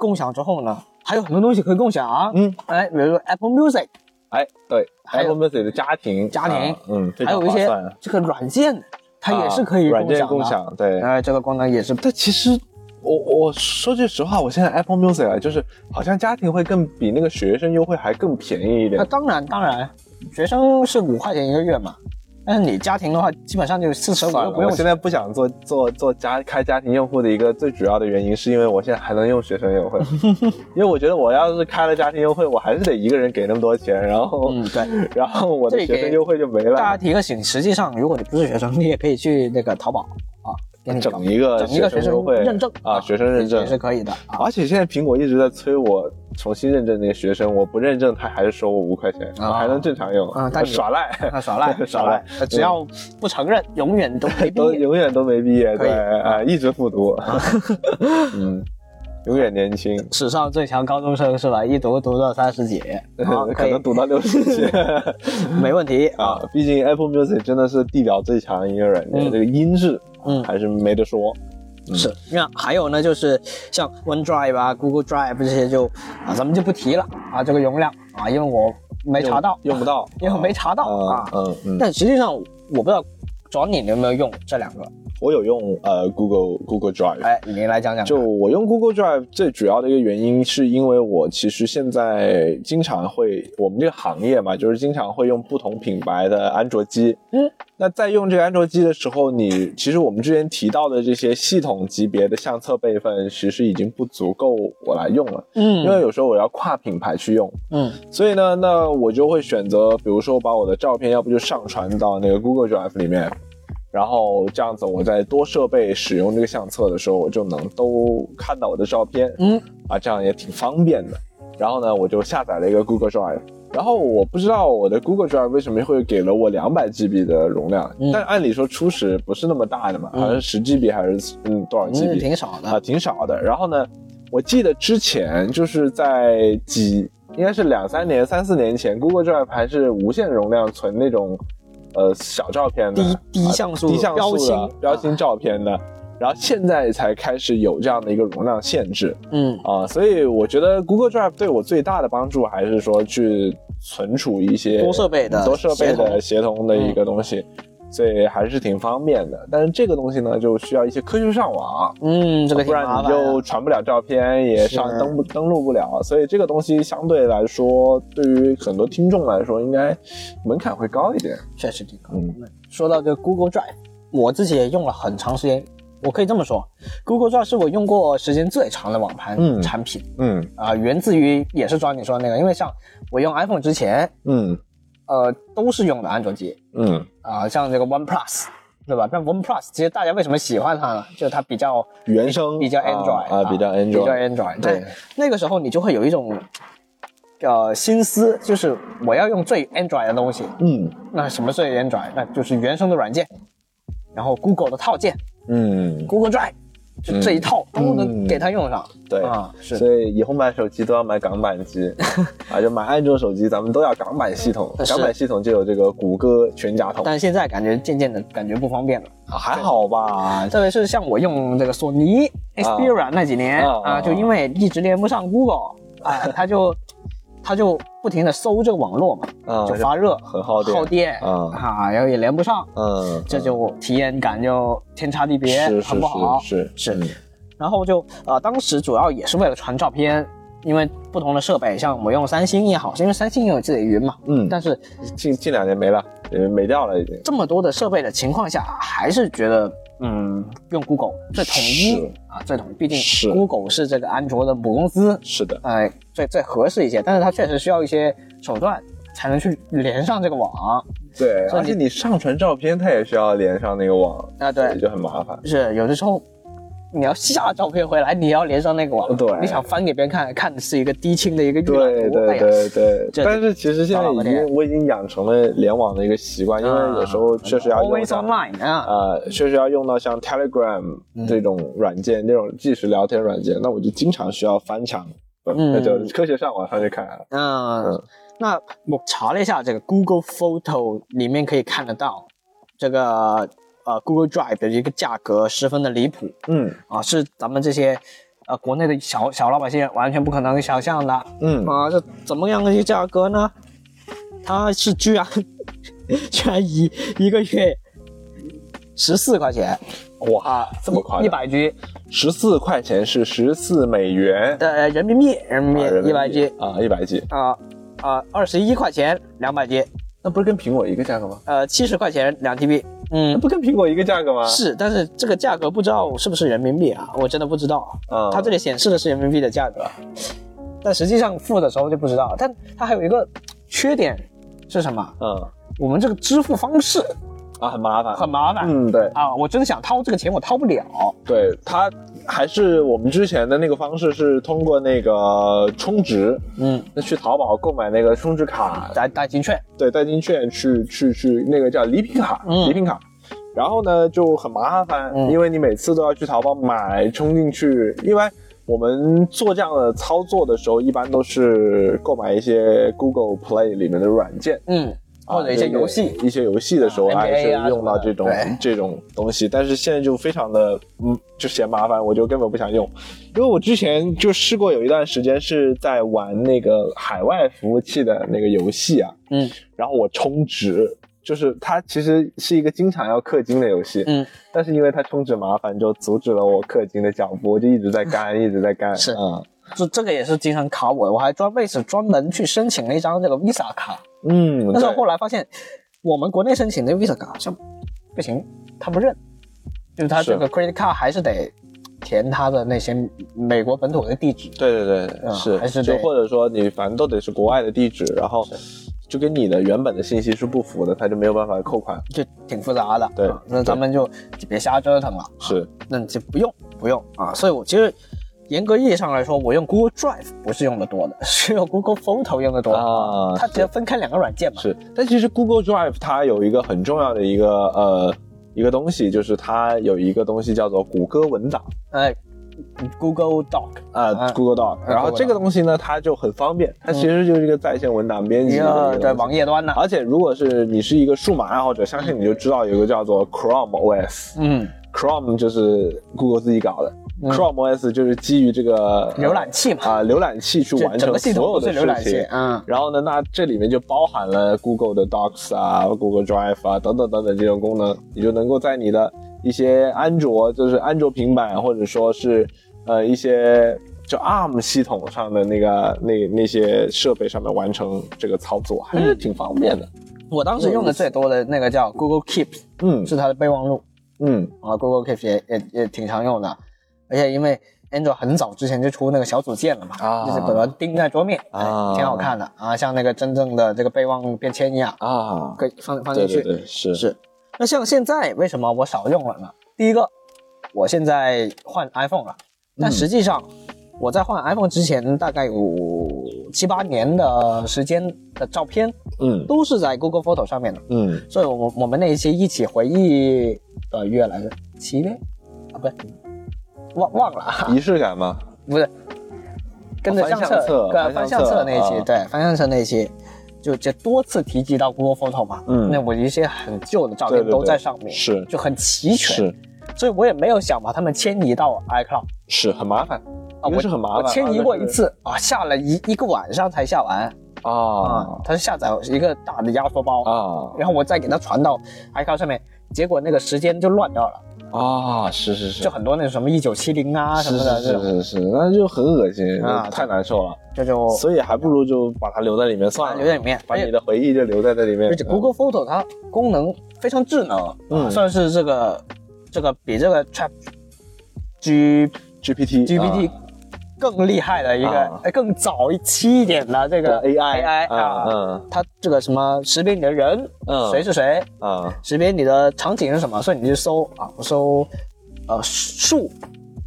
共享之后呢，还有很多东西可以共享，嗯，哎，比如说 Apple Music。哎对还有，Apple Music 的家庭家庭啊嗯，非还常有一划些算啊这个软件，它也是可以软件共共享享，对的。，哎，这个功能也是但其实。我我说句实话，我现在 Apple Music 啊，就是好像家庭会更比那个学生优惠还更便宜一点那。当然当然，学生是五块钱一个月嘛，但是你家庭的话，基本上就四舍五算入了，不用我现在不想做做做家开家庭用户的一个最主要的原因，是因为我现在还能用学生 优惠，因为我觉得我要是开了家庭优惠，我还是得一个人给那么多钱，然后、嗯对。然后我的这个学生优惠就没大家了，提个醒，实际上如果你不是学生，你也可以去那个淘宝啊，给你搞整一个整一个学学生优惠认证啊，学生认证也是可以 的啊而且现在苹果一直在催我重新认证那个学生，我不认证他还是收我五块钱，啊我还能正常用，啊但你耍赖，那耍赖 耍赖，嗯只要不承认，永远都没毕 都业。永远都没毕业，可以对，啊，一直复读， 嗯，永远年轻。史上最强高中生是吧？一读读到三十几，啊， 可能以，读到六十 级没问题 啊啊。！毕竟 Apple Music 真的是地表最强一个软件，嗯这个音质嗯，还是没得说。嗯是，那还有呢，就是像 OneDrive 啊、Google Drive 这些就啊，咱们就不提了啊，这个容量啊，因为我没查到，用用 不到，因为我没查到啊啊。嗯嗯，但实际上我不知道，转你有没有用这两个我有用呃 Google Google Drive，哎，你来讲讲看。就我用 Google Drive 最主要的一个原因，是因为我其实现在经常会，我们这个行业嘛，就是经常会用不同品牌的安卓机。嗯，那在用这个安卓机的时候，你其实我们之前提到的这些系统级别的相册备份，其实已经不足够我来用了，嗯因为有时候我要跨品牌去用。嗯所以呢，那我就会选择，比如说把我的照片，要不就上传到那个 Google Drive 里面，然后这样子我在多设备使用这个相册的时候，我就能都看到我的照片，嗯啊，这样也挺方便的。然后呢，我就下载了一个 Google Drive，然后我不知道我的 Google Drive 为什么会给了我两百 GB 的容量，嗯但按理说初始不是那么大的嘛，嗯好像十 GB 还是嗯多少 GB？、嗯，挺少啊，的。挺少的。然后呢，我记得之前就是在几，应该是两三年、三四年前，Google Drive 还是无限容量存那种呃小照片的低低啊像素低像标啊素的清标清照片的。然后现在才开始有这样的一个容量限制嗯啊，所以我觉得 Google Drive 对我最大的帮助还是说去存储一些多设备的多设备的协同的嗯一个东西，所以还是挺方便的。但是这个东西呢，就需要一些科学上网，嗯，这个不挺然麻你烦啊。就传不了照片，也是上登不登录不了，所以这个东西相对来说，对于很多听众来说，应该门槛会高一点。确实挺高。嗯说到这个 Google Drive，我自己也用了很长时间。我可以这么说，Google Drive 是我用过时间最长的网盘嗯产品嗯啊、源自于也是抓你说的那个，因为像我用 iPhone 之前，嗯呃，都是用的安卓机嗯，啊、像这个 OnePlus，对吧？但 OnePlus 其实大家为什么喜欢它呢？就是它比较原生比较啊 Android 啊比较 Android 比较 Android。对对，那个时候你就会有一种呃心思，就是我要用最 Android 的东西。嗯那什么是 Android？那就是原生的软件，然后 Google 的套件嗯， ，Google Drive，就这一套都能嗯给它用上。对。啊，是。所以以后买手机都要买港版 机，啊，就买安卓手机，咱们都要港版系统是。港版系统就有这个谷歌全家桶，但现在感觉渐渐的感觉不方便了，啊还好吧？特别是像我用这个索尼 Xperia 那几年啊啊啊啊，就因为一直连不上 Google 啊，它就它就不停的搜这个网络嘛，啊，就发热，很耗电耗电啊啊，然后也连不上，嗯，这就体验感就天差地别，是很不好。是嗯是是然后就呃，当时主要也是为了传照片，因为不同的设备，像我用三星也好，是因为三星也有自己的云嘛。嗯，但是近近两年没了，呃没掉了已经。这么多的设备的情况下，还是觉得嗯，用 Google 最统一是啊，最统一。毕是竟 Google 是这个安卓的母公司，是的，哎、最最合适一些。但是它确实需要一些手段才能去连上这个网对，所以而且你上传照片，它也需要连上那个网，啊。所以对，就很麻烦。是有的时候。你要下照片回来，你要连上那个网，对你想翻给别人看，看的是一个低清的一个预览图，对哎对呀对对，这但是其实现在已糟了经我已经养成了联网的一个习惯，因为有时候确实要嗯用 always 上， online 嗯啊，呃，确实要用到像 Telegram 这种软件，这种即时聊天软件，那我就经常需要翻墙，呃嗯那就科学上网上去看啊。嗯嗯，那我查了一下，这个 Google Photo 里面可以看得到，这个呃 Google Drive 的一个价格十分的离谱嗯啊，是咱们这些呃国内的小小老百姓完全不可能想象的嗯，啊，这怎么样的一个价格呢？它是居然居然一一个月十四块钱哇，啊，这么夸张一百 G 十四块钱是十四美元，的人民币，人民啊人币嗯民一百 G 币啊，一百 G，啊啊，二十一块钱两百 G，那不是跟苹果一个价格吗？呃，七十块钱两 TB，嗯，不跟苹果一个价格吗？是，但是这个价格不知道是不是人民币啊，我真的不知道，啊，它这里显示的是人民币的价格，但实际上付的时候就不知道。但它还有一个缺点是什么？嗯我们这个支付方式啊，很麻烦，很麻烦、嗯，对啊，我真的想掏这个钱，我掏不了。对，它还是我们之前的那个方式是通过那个充值，嗯，那去淘宝购买那个充值卡，代代金券，对，代金券去去去那个叫礼品卡，嗯礼品卡。然后呢就很麻烦，嗯因为你每次都要去淘宝买充进去，因为我们做这样的操作的时候，一般都是购买一些 Google Play 里面的软件，嗯，或者一些游戏，一些游戏的时候啊还 NBA 是啊什么的用到这种对这种东西，但是现在就非常的嗯，就嫌麻烦，我就根本不想用，因为我之前就试过有一段时间是在玩那个海外服务器的那个游戏啊，嗯，然后我充值，就是它其实是一个经常要氪金的游戏，嗯，但是因为它充值麻烦，就阻止了我氪金的脚步，我就一直 在干，一直在干，是嗯这这个也是经常卡我的，我还专为此专门去申请了一张这个 Visa 卡，嗯，但是对后来发现，我们国内申请的 Visa 卡好像不行，他不认，就是他这个 credit card 还是得填他的那些美国本土的地址。对对对，嗯是还是就得或者说你反正都得是国外的地址，然后就跟你的原本的信息是不符的，它就没有办法扣款。就挺复杂的，对啊那咱们就就别瞎折腾了，啊是，那你就不用不用啊。所以我其实严格意义上来说，我用 Google Drive 不是用的多的， 是用 Google Photo 用的多啊它直接分开两个软件嘛，是，但其实 Google Drive 它有一个很重要的一个呃一个东西，就是它有一个东西叫做谷歌文档哎，Google Doc 啊、啊 g o o g l e Doc， Google 然后 Doc 这个东西呢，它就很方便，它其实就是一个在线文档编辑一的个一嗯对个啊东网西。页端呢，而且，如果是你是一个数码爱好者，相信你就知道有一个叫做 Chrome OS，嗯， Chrome 就是 Google 自己搞的、嗯 c h r o m e OS 就是基于这个浏览器嘛啊、浏览器去这完整成个系所统有都的是事浏览器情，。嗯，然后呢，那这里面就包含了 Google 的 Docs 啊、Google Drive 啊等等等等这种功能，你就能够在你的一些安卓，就是安卓平板或者说是呃一些就 ARM 系统上的那个那那些设备上面完成这个操作，还嗯是挺方便的。我当时用的最多的那个叫 Google Keep，嗯是它的备忘录嗯，啊，Google Keep 也也也挺常用的，而且因为 Android 很早之前就出那个小组件了嘛，啊就是把它钉在桌面，啊哎，挺好看的啊，像那个真正的这个备忘录便签一样，啊，可以放放进对去。对对，是是。那像现在为什么我少用了呢？第一个，我现在换 iPhone 了，但实际上我在换 iPhone 之前，大概有七八年的时间的照片嗯都是在 Google Photo 上面的。嗯。所以我我们那一期一起回忆的月来着，七月啊，不对，忘忘了 啊，仪式感吗？不是，跟着翻相相册对翻翻相相哦册册那一期啊，对翻相册那一期，就就多次提及到 Google Photo 嘛，嗯那我一些很旧的照对片对对都在上面，是就很齐全，是所以我也没有想把它们迁移到 iCloud 是很麻烦啊，应该我是很麻烦我迁移过一次啊，下了一一个晚上才下完啊啊，它是下载一个大的压缩包啊然后我再给它传到 iCloud 上面，结果那个时间就乱掉了，啊！是是是，就很多那种什么一九七零啊什是么的，是这种是是是，那就很恶心啊，太难受了。这就所以还不如就把它留在里面算留在了，里面。把而你且的回忆就留在这里面啊而且。Google Photo 它功能非常智能，啊嗯算是这个这个比这个 Chat G GPT GPT 更厉害的一啊个，呃更早一期一点的这的个 AI AI 啊，嗯它这个什么识别你的人嗯谁是谁，嗯啊识别你的场景是什么，所以你就搜啊，我搜呃树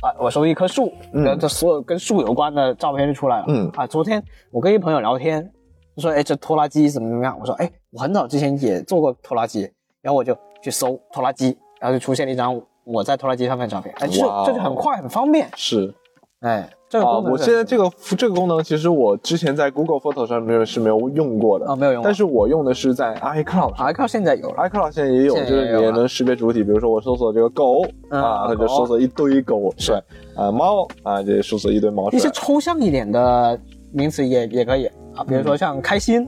啊，我搜一棵树，嗯然后这所有跟树有关的照片就出来了。嗯啊，昨天我跟一朋友聊天，他说哎这拖拉机怎么怎么样，我说哎我很早之前也做过拖拉机，然后我就去搜拖拉机，然后就出现了一张我在拖拉机上面的照片，哎这哇哦这就很快很方便，是哎这个啊，功能我是现在这个这个功能，其实我之前在 Google Photo 上面是没有用过啊的，没有用过，但是我用的是在 iCloud 上。啊靠现在有了， iCloud 现在也有，现在就也是你有也了能识别主体，比如说我搜索这个狗嗯啊，它就狗搜索一堆狗，是吧啊猫啊，这搜索一堆猫出一些来。抽象一点的名词也也可以啊，比如说像开心，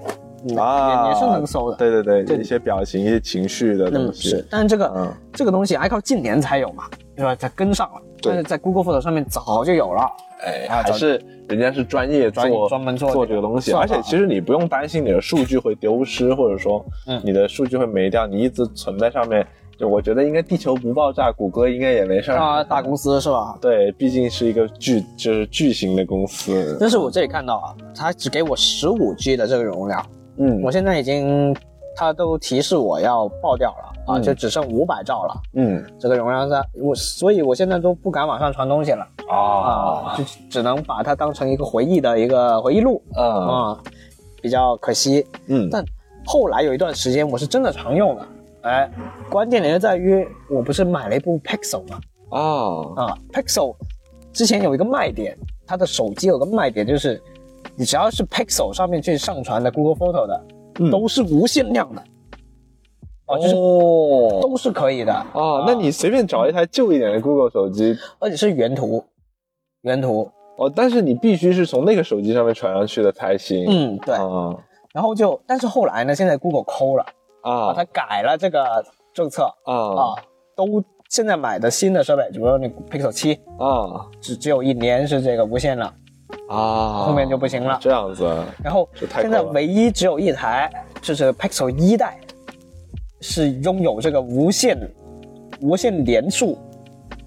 嗯啊也也是能搜的。对对对，对一些表情、一些情绪的东嗯，西。是，但是这个、嗯这个东西 iCloud 近年才有嘛，对吧？它跟上了，对但是在 Google Photo 上面早就有了。哎，啊还找是人家是专业专做专门做做这这个个东西，算而法啊且其实你不用担心你的数据会丢失，或者说嗯你的数据会没掉，你一直存在上面。就我觉得应该地球不爆炸，谷歌应该也没事儿啊，大公司是吧？对，毕竟是一个巨就是巨型的公司。但是我这里看到啊，它只给我十五 G 的这个容量，嗯我现在已经它都提示我要爆掉了啊，嗯就只剩五百兆了。嗯这个容量在我，所以我现在都不敢往上传东西了哦啊，就只能把它当成一个回忆的一个回忆录啊啊，比较可惜。嗯但后来有一段时间我是真的常用的，哎，关键点就在于我不是买了一部 Pixel 嘛，啊啊，Pixel 之前有一个卖点，它的手机有个卖点就是，你只要是 Pixel 上面去上传的 Google Photo 的，嗯都是无限量的，哦，就是哦都是可以的，哦，那你随便找一台旧一点的 Google 手机，而且是原图，原图，哦，但是你必须是从那个手机上面传上去的才行。嗯，对，啊然后就，但是后来呢，现在 Google 抠了，啊把它改了这个政策啊啊，都现在买的新的设备，比如说你 Pixel 七，啊只只有一年是这个无线了，啊，后面就不行了这样子然后这太现在高了唯一只有一台就是 Pixel 一代，是拥有这个无线、无线连数、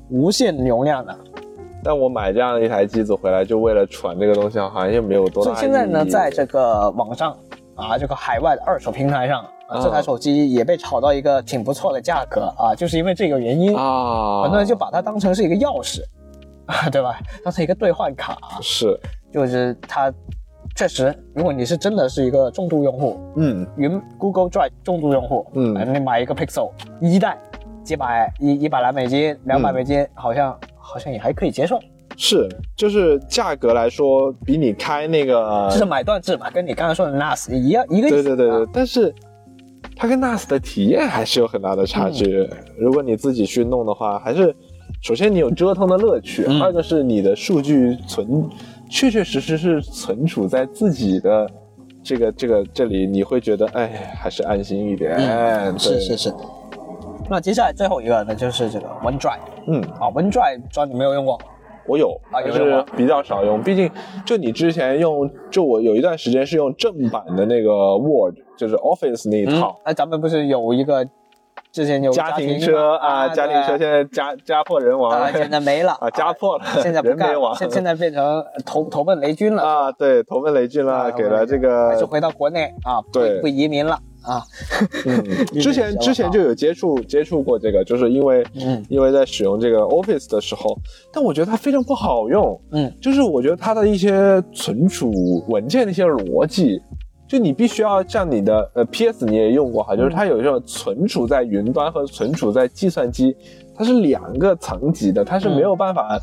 无线流量的。但我买这样一台机子回来，就为了传这个东西，好像也没有多所大以意义。现在呢，在这个网上啊，这个海外的二手平台上，啊啊这台手机也被炒到一个挺不错的价格啊，就是因为这个原因，啊，很多人就把它当成是一个钥匙，啊，对吧？当成一个兑换卡，是就是它确实，如果你是真的是一个重度用户，嗯云 Google Drive 重度用户，嗯呃你买一个 Pixel 一代，几百一一百来美金，两百嗯美金，好像好像也还可以接受，是，就是价格来说，比你开那个就是买断制嘛，跟你刚才说的 NAS 一样一个意对思。对对对啊，，但是它跟 NAS 的体验还是有很大的差距。如果你自己去弄的话，还是首先你有折腾的乐趣，嗯二个是你的数据存确确实实是存储在自己的。这个这个这里你会觉得哎，还是安心一点。嗯对是是是。那接下来最后一个呢，就是这个 OneDrive 嗯，啊，OneDrive 知道你没有用过，我有，啊有但用是吗比较少用。毕竟，就你之前用，就我有一段时间是用正版的那个 Word，就是 Office 那一套。哎，咱们不是有一个之前有个嗯家庭庭车啊，对家庭车现在家家破人亡啊现在没了 啊，家破了， 现在不人干没了，亡，现现在变成头头奔雷军了，啊，对，投奔雷军了，啊给了这还是个，回到国内啊，不呃对不移民了啊，嗯，之前之前就有接触接触过这个，就是因为嗯因为在使用这个 Office 的时候，但我觉得它非常不好用，嗯，就是我觉得它的一些存储文件的一些逻辑，就你必须要像你的呃 PS 你也用过哈，就是它有一种存储在云端和存储在计算机，它是两个层级的，它是没有办法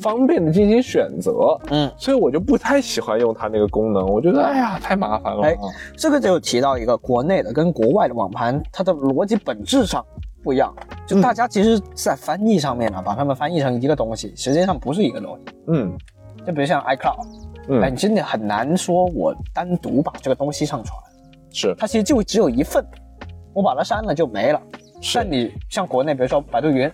方便的进行选择，嗯，所以我就不太喜欢用它那个功能，我觉得哎呀太麻烦了啊，哎这个就提到一个国内的跟国外的网盘，它的逻辑本质上不一样，就大家其实在翻译上面啊，把它们翻译成一个东西，实际上不是一个东西。嗯就比如像 iCloud，嗯、哎，你真的很难说我单独把这个东西上传，是它其实就只有一份，我把它删了就没了。是但你像国内，比如说百度云，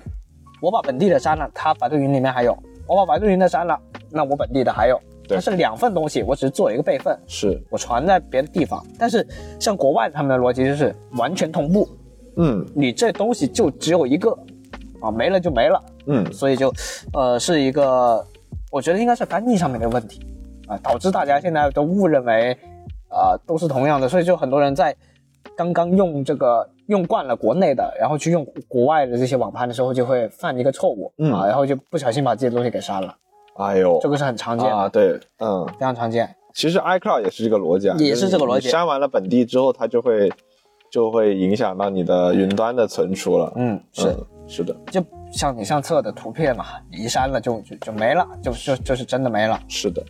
我把本地的删了，它百度云里面还有；我把百度云的删了，那我本地的还有。对它是两份东西，我只是做了一个备份，是我传在别的地方。但是像国外他们的逻辑就是完全同步，嗯你这东西就只有一个，啊，没了就没了。嗯所以就，呃，是一个，我觉得应该是翻译上面的问题，啊、导致大家现在都误认为，呃，都是同样的，所以就很多人在刚刚用这个用惯了国内的，然后去用国外的这些网盘的时候，就会犯一个错误，嗯啊，然后就不小心把自己的东西给删了，哎呦这个是很常见的，啊对嗯。非常常见。其实 iCloud 也是这个逻辑啊，也是这个逻辑就是你删完了本地之后，它就会就会影响到你的云端的存储了。嗯，是，嗯是的，就像你相册的图片嘛，你一删了就就就没了，就就就是真的没了。是的，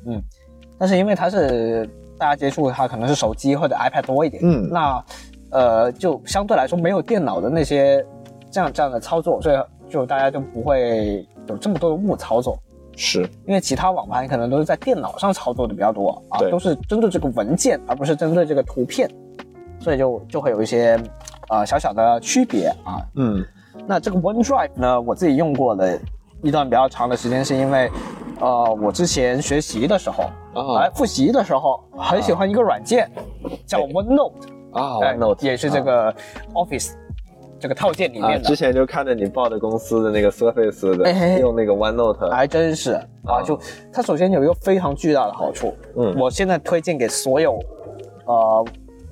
但是因为它是大家接触它可能是手机或者 iPad 多一点，嗯那呃就相对来说没有电脑的那些这样这样的操作，所以就大家就不会有这么多的误操作，是因为其他网盘可能都是在电脑上操作的比较多啊对，都是针对这个文件，而不是针对这个图片，所以就就会有一些呃小小的区别啊，嗯那这个 OneDrive 呢，我自己用过的一段比较长的时间，是因为，呃，我之前学习的时候，啊哎，复习的时候很喜欢一个软件，叫 OneNote，啊哎嗯哎，OneNote 也是这个 Office、这个套件里啊啊，面的之，前就看着你报的公司的那个 Surface 的，哎嘿嘿用那个 OneNote，、还真是啊，就它首先有一个非常巨大的好处，嗯我现在推荐给所有，呃，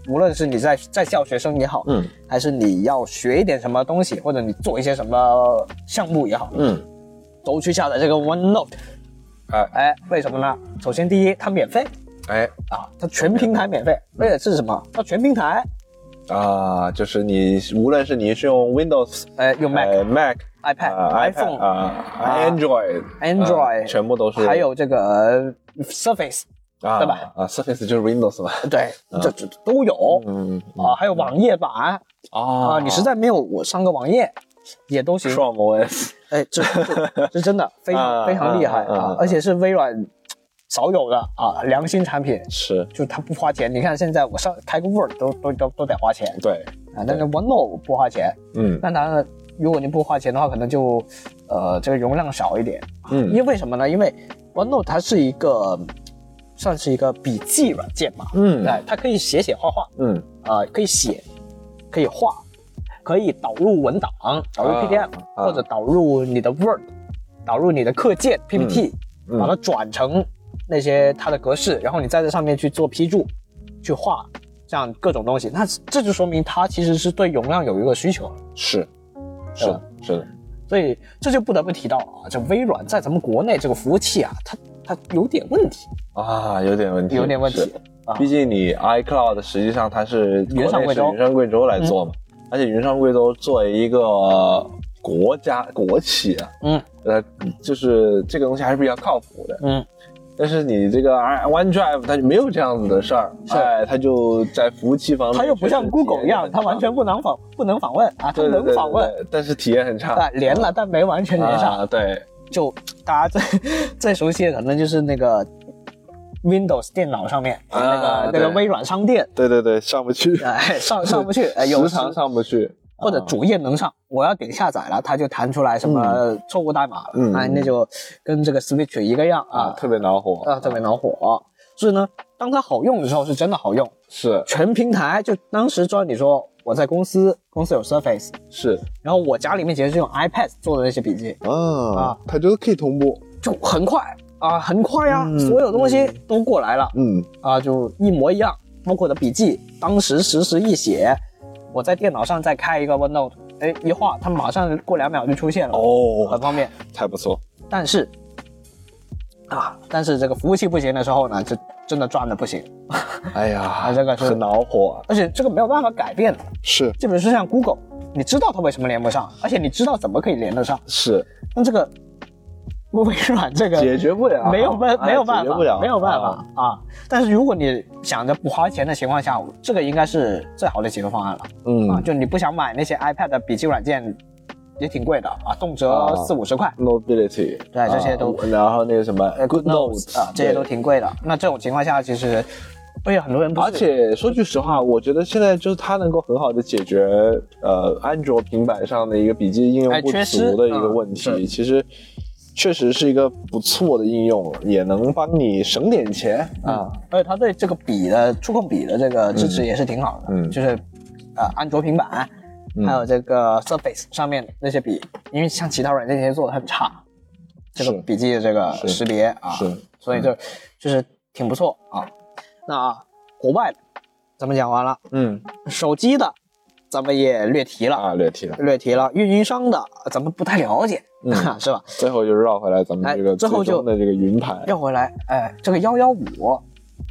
无论是你在在校学生也好，嗯还是你要学一点什么东西，或者你做一些什么项目也好，嗯，都去下载这个 OneNote。哎哎，为什么呢？首先第一，它免费哎啊，它全平台免费，嗯为的是什么？它全平台，啊，就是你无论是你是用 Windows、哎，用 Mac、呃 Mac、 iPad、 iPhone iPhone，啊、Android、啊 Android 全部都是，还有这个呃 Surface，啊对吧？啊，Surface 就是 Windows 嘛，对，这这都有嗯啊，还有网页版啊啊，你实在没有我上个网页也都行。 Chrome OS 哎，这这这真的非 啊常非常厉害啊啊啊啊，而且是微软少有的啊良心产品，是就它不花钱。你看现在我上开个 Word 都都都都得花钱，对，啊，但是 OneNote 不花钱，嗯那当然了，如果你不花钱的话，可能就呃这个容量少一点，因嗯为为什么呢？因为 OneNote 它是一个算是一个笔记软件吧，嗯哎，它可以写写画画，嗯呃，可以写，可以画，可以导入文档，导入啊 PDF，、啊或者导入你的 Word，导入你的课件 PPT，、嗯把它转成那些它的格式，然后你在这上面去做批注，去画这样各种东西。那这就说明它其实是对容量有一个需求的，是是对吧的是的，所以这就不得不提到啊，这微软在咱们国内这个服务器啊，它它有点问题，啊，有点问题，有点问是题。啊毕竟你 iCloud 实际上它是云上贵州嗯国内是云上贵州来做嘛，而且云上贵州作为一个国家国企啊，嗯呃，就是这个东西还是比较靠谱的。嗯，但是你这个 i- OneDrive 它就没有这样子的事儿，是哎，它就在服务器方面，它又不像 Google 一样，它完全不能访不能访问啊，它对对对能访问，对对但是体验很差，啊，连了但没完全连上。啊，对，就大家最 最熟悉的可能就是那个 Windows 电脑上面、啊那个那个对微软商店，对对对，上不去，哎，上上不去， 哎，有时常上啊不去，或者主页能上，我要点下载了，它就弹出来什么错误代码了，嗯哎，那就跟这个 Switch 一个样啊，啊，特别恼火啊，特别恼火。所以呢，当它好用的时候是真的好用，是全平台就当时专你说我在公司，公司有 Surface，是然后我家里面其实是用 iPad 做的那些笔记，啊啊，它就可以同步。就很快啊，很快呀、嗯所有东西都过来了。嗯，啊，就一模一样，包括我的笔记，当时实时一写，我在电脑上再开一个 OneNote，哎，一画，它马上过两秒就出现了，哦很，方便。太不错，但是，啊，但是这个服务器不行的时候呢，就真的赚的不行，啊哎呀，这个是很恼火，啊而且这个没有办法改变的，是就比如说像 Google，你知道它为什么连不上，而且你知道怎么可以连得上，是那这个微软这个解决不了，没有办哎没有办解法决不了，没有办法啊！但是如果你想着不花钱的情况下，这个应该是最好的解决方案了嗯，啊！嗯，就你不想买那些 iPad 的笔记软件，也挺贵的啊，动辄啊四五十块 Nobility，对这些都啊然后那个什么呃 Good Notes 啊，这些都对挺贵的。那这种情况下，其实而且很多人不是而且说句实话，我觉得现在就是它能够很好的解决呃安卓平板上的一个笔记应哎用不缺失足的一个问嗯题，其实确实是一个不错的应用，也能帮你省点钱啊。而且它对这个笔的触控笔的这个支持也是挺好的，嗯就是呃安卓平板，嗯还有这个 Surface 上面那些笔，因为像其他软件其实做的很差，这个是笔记的这个是识别啊，是嗯所以就就是挺不错啊。那啊国外的咱们讲完了，嗯手机的咱们也略提了，啊，略提了。略提了，运营商的咱们不太了解，嗯 是吧？最后就绕回来咱们这哎个最后就终的这个云盘要回来，哎，这个幺幺五，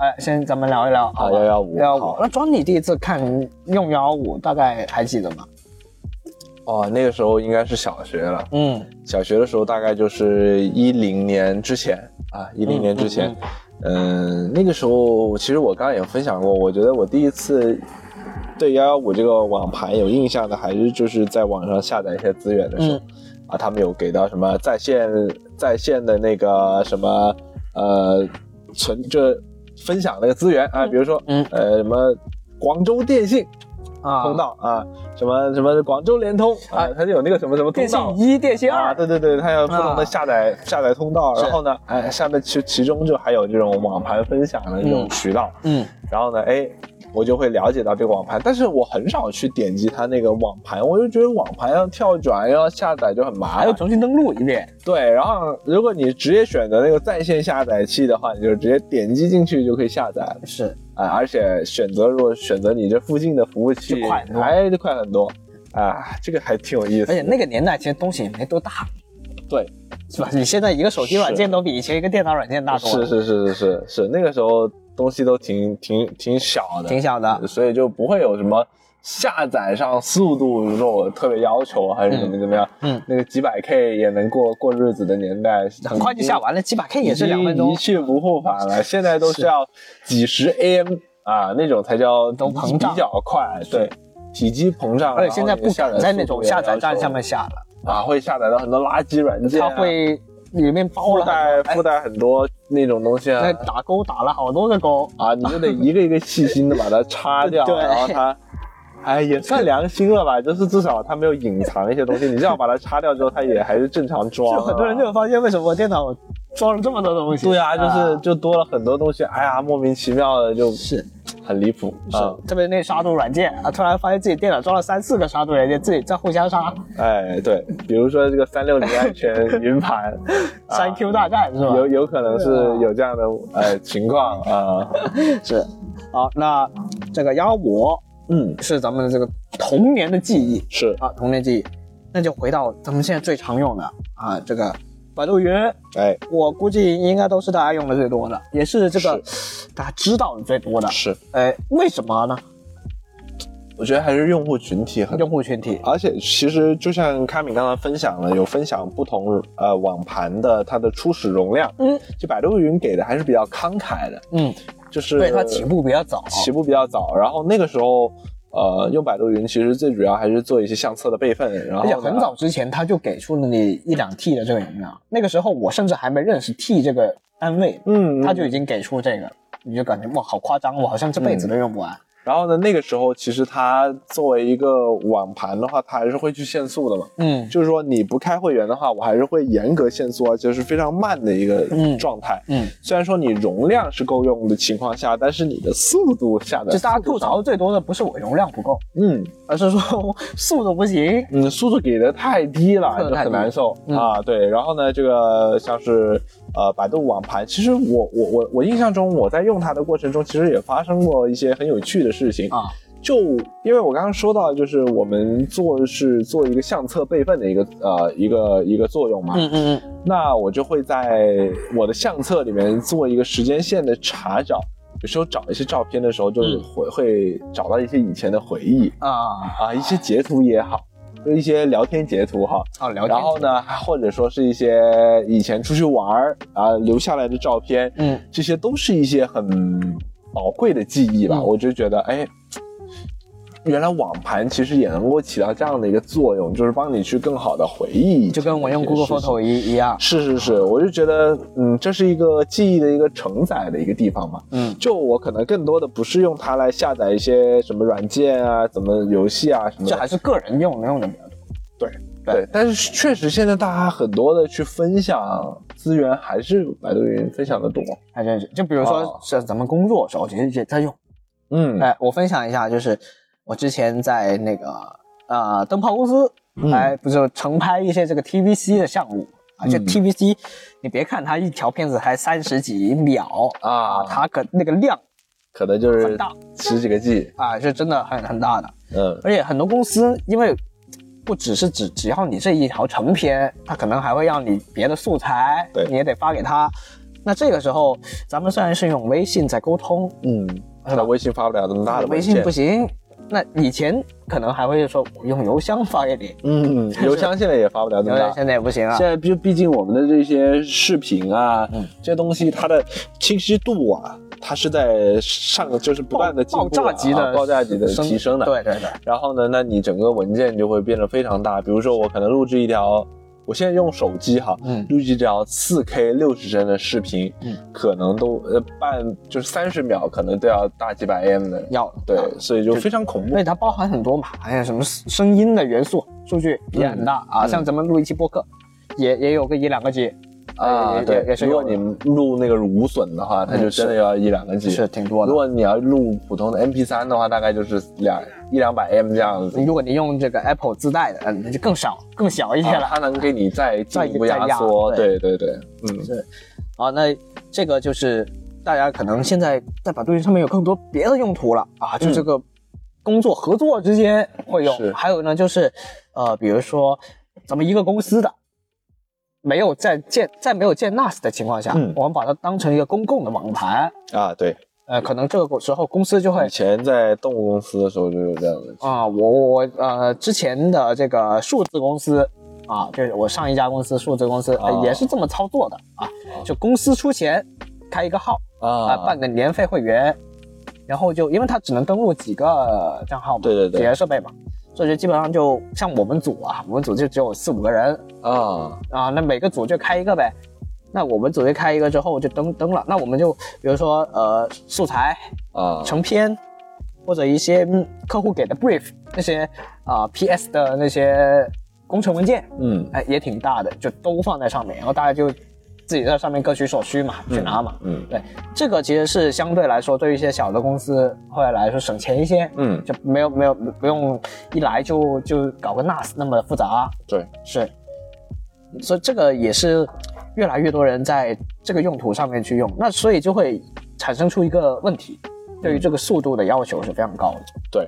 哎，先咱们聊一聊啊，好吧幺幺五幺幺五。那庄，你第一次看用幺幺五，大概还记得吗？哦，那个时候应该是小学了。嗯小学的时候大概就是一零年之前啊，一零年之前，嗯，那个时候其实我刚刚也分享过，我觉得我第一次对幺幺五这个网盘有印象的，还是就是在网上下载一些资源的时候，嗯啊，他们有给到什么在线在线的那个什么呃存就分享那个资源啊，比如说嗯呃什么广州电信啊，通道啊，什么什么广州联通啊啊，它就有那个什么什么通电道信。一、电信啊，二，对对对，它有不同啊的下载、下载通道，是然后呢，哎，下面其其中就还有这种网盘分享的这种渠道，嗯然后呢，哎，我就会了解到这个网盘，但是我很少去点击它那个网盘，我就觉得网盘要跳转要下载就很麻还要烦。重新登录一遍。对，然后如果你直接选择那个在线下载器的话，你就直接点击进去就可以下载了是，啊，而且选择如果选择你这附近的服务器，就快很多哎，就快很多。啊，这个还挺有意思的，而且那个年代其实东西也没多大，对，是吧？你现在一个手机软件都比以前一个电脑软件大多是了，是是是是是，那个时候东西都挺挺挺小的，挺小的。所以就不会有什么下载上速度说我特别要求啊还是怎么怎么样。嗯那个几百 K 也能过过日子的年代，很快就下完了，几百 K 也是已经两分钟一。去不复返了。现在都是要几十 AM 啊，那种才叫都膨胀比较快，对，体积膨胀。而且现在然后不你下载敢在那种速度也下载站要求上面下了，啊，会下载到很多垃圾软件啊，它会里面包附了带很多，附带很多那种东西啊哎，那，打勾打了好多个勾。啊，你就得一个一个细心的把它擦掉， 对然后它哎，也算良心了吧，就是至少它没有隐藏一些东西。你这样把它擦掉之后，它也还是正常装、就啊。很多人就发现为什么我电脑装了这么多东西。对啊，就是啊就多了很多东西，哎呀，莫名其妙的就是很离谱啊！是，特别是那杀毒软件啊，突然发现自己电脑装了三四个杀毒软件，自己在互相杀，哎，对，比如说这个三六零 安全云盘，啊三 Q 大战是吧？有有可能是对啊有这样的呃情况啊，是，好，那这个鸭我嗯，是咱们的这个童年的记忆是，啊，童年记忆，那就回到咱们现在最常用的啊，这个百度云，哎，我估计应该都是大家用的最多的，也是这个大家知道的最多的。是，哎，为什么呢？我觉得还是用户群体很用户群体而且其实就像卡米刚才分享了，有分享不同呃网盘的它的初始容量，嗯，就百度云给的还是比较慷慨的，嗯，就是对它起步比较早，起步比较早，然后那个时候呃用百度云其实最主要还是做一些相册的备份，然后而且呢哎很早之前他就给出了你一两 T 的这个容量，那个时候我甚至还没认识 T 这个单位，嗯，他就已经给出这个，你就感觉哇好夸张，我好像这辈子都用不完。然后呢那个时候其实它作为一个网盘的话，它还是会去限速的嘛，嗯就是说你不开会员的话，我还是会严格限速，而且是非常慢的一个嗯状态。嗯，虽然说你容量是够用的情况下，但是你的速度下的就大家吐槽最多的不是我容量不够，嗯而是说速度不行。嗯，速度给的太低了，速度就太低很难受、嗯啊。对，然后呢，这个像是呃百度网盘，其实我我我我印象中我在用它的过程中，其实也发生过一些很有趣的事情啊。就因为我刚刚说到，就是我们做的是做一个相册备份的一个呃一个一个作用嘛，嗯嗯那我就会在我的相册里面做一个时间线的查找。有时候找一些照片的时候，就是嗯会、会找到一些以前的回忆啊，啊，一些截图也好，就一些聊天截图哈。好聊天然。后呢，还或者说是一些以前出去玩儿啊留下来的照片，嗯，这些都是一些很宝贵的记忆吧。嗯我就觉得，哎，原来网盘其实也能够起到这样的一个作用，就是帮你去更好的回忆以前的一些事情，就跟我用 Google Photo 一一样。是是是，我就觉得，嗯，这是一个记忆的一个承载的一个地方嘛。嗯就我可能更多的不是用它来下载一些什么软件啊、怎么游戏啊什么这的。还是个人用的用的比较多。对，但是确实现在大家很多的去分享资源，还是百度云分享的多。还真是，就比如说哦是咱们工作的时候，其实也在用。嗯，哎，我分享一下，就是我之前在那个呃灯泡公司，嗯哎，不是承拍一些这个 TVC 的项目啊，就嗯 TVC，、你别看它一条片子才三十几秒啊它可那个量可能就很是大十几个 G。啊，是真的很很大的，嗯，而且很多公司因为。不只是只只要你这一条成片，它可能还会让你别的素材，对你也得发给他。那这个时候，咱们虽然是用微信在沟通，嗯，那微信发不了这么大的微文信件不。行。那以前可能还会说我用邮箱发给你， 嗯，邮箱现在也发不了这因么为大。现在也不行啊嗯现。在毕毕竟我们的这些视频啊，这些东西它的清晰度啊，它是在上就是不断的进步爆啊、炸级的爆炸级的提升的。。对对对，然后呢，那你整个文件就会变得非常大。比如说我可能录制一条，我现在用手机哈，嗯录制一条四 K 六十帧的视频，嗯可能都呃半就是三十秒，可能都要大几百 M 的。要对啊，所以就非常恐而怖。且它包含很多嘛，还有什么声音的元素，数据也很大啊。嗯像咱们录一期播客，也也有个一两个 G 啊，也也对也，是如有果的你录那个无损的话，它就真的要一两个 G，哎是挺多如的。果你要录普通的 MP 3的话，大概就是两一两百 M 这样子。如果你用这个 Apple 自带的，嗯，那就更少更小一些啊了。它能给你再进一步再再压压缩，对对对对，嗯，啊，那这个就是大家可能现在在百度云上面有更多别的用途了啊，就嗯这个工作合作之间会用，是还有呢就是呃，比如说咱们一个公司的。没有在建在没有建 NAS 的情况下，嗯我们把它当成一个公共的网盘，啊，对，呃，可能这个时候公司就会以前在动物公司的时候就有这样的，啊、我我呃之前的这个数字公司啊，就是我上一家公司数字公司、呃哦也是这么操作的啊，就公司出钱开一个号，啊、啊，办个年费会员，然后就因为它只能登录几个账号嘛，对对对几个设备嘛，所以就基本上就像我们组啊，我们组就只有四五个人啊，啊，那每个组就开一个呗。那我们组就开一个之后就登登了，那我们就比如说呃素材啊，成片，或者一些嗯客户给的 brief 那些啊、PS 的那些工程文件，嗯哎也挺大的，就都放在上面，然后大家就自己在上面各取所需嘛，去拿嘛。嗯对，这个其实是相对来说对于一些小的公司会来说省钱一些，嗯，就没有没有不用一来就就搞个 NAS 那么复杂，对，是，所以这个也是越来越多人在这个用途上面去用，那所以就会产生出一个问题，对于这个速度的要求是非常高的。对，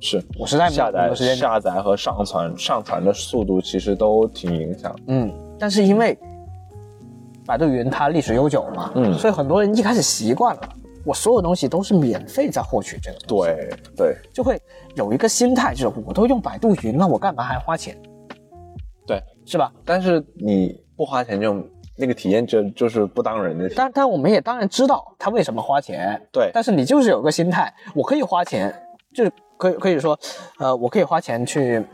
是我实在没有下那么载多时间下载和上传上传的速度其实都挺影响。嗯，但是因为百度云它历史悠久嘛，嗯所以很多人一开始习惯了，我所有东西都是免费在获取这个东西，对对就会有一个心态，就是我都用百度云了，我干嘛还花钱，对，是吧？但是你不花钱就那个体验就就是不当人的体验。但但我们也当然知道他为什么花钱，对但是你就是有个心态，我可以花钱，就是可以可以说，呃，我可以花钱去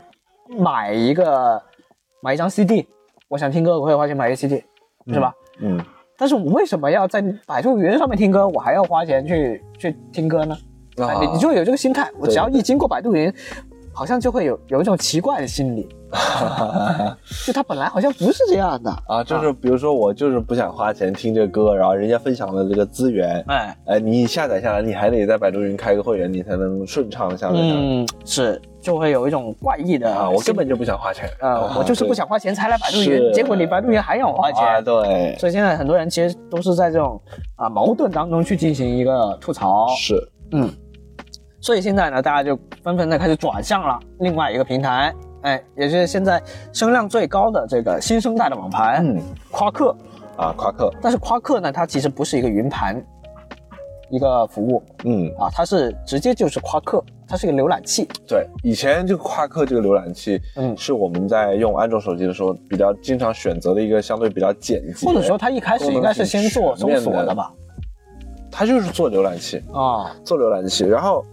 买一个买一张 CD，我想听歌，我可以花钱买一个 CD，、是吧？嗯，但是我为什么要在百度云上面听歌，我还要花钱去去听歌呢？哎你你就有这个心态，我啊对只要一经过百度云，好像就会有有一种奇怪的心 理，就它本来好像不是这样的，啊，就是比如说我就是不想花钱听这歌，然后人家分享的这个资源，哎，哎，你下载下来，你还得在百度云开个会员，你才能顺畅地下载下来。嗯，是就会有一种怪异的啊，我心根理本就不想花钱 呃，我就是不想花钱才来百度云，是结果你百度云还要我花钱，啊，对，所以现在很多人其实都是在这种啊、矛盾当中去进行一个吐槽，是，嗯，所以现在呢，大家就纷纷的开始转向了另外一个平台，哎，也是现在声量最高的这个新生代的网盘、嗯，夸克，啊，夸克，但是夸克呢，它其实不是一个云盘。一个服务嗯，啊，它是直接就是夸克，它是一个浏览器，对，以前这个夸克这个浏览器，嗯是我们在用安卓手机的时候比较经常选择的一个相对比较简洁，或者说它一开始应该是先做搜索的吧？它就是做浏览器，啊，做浏览器，然后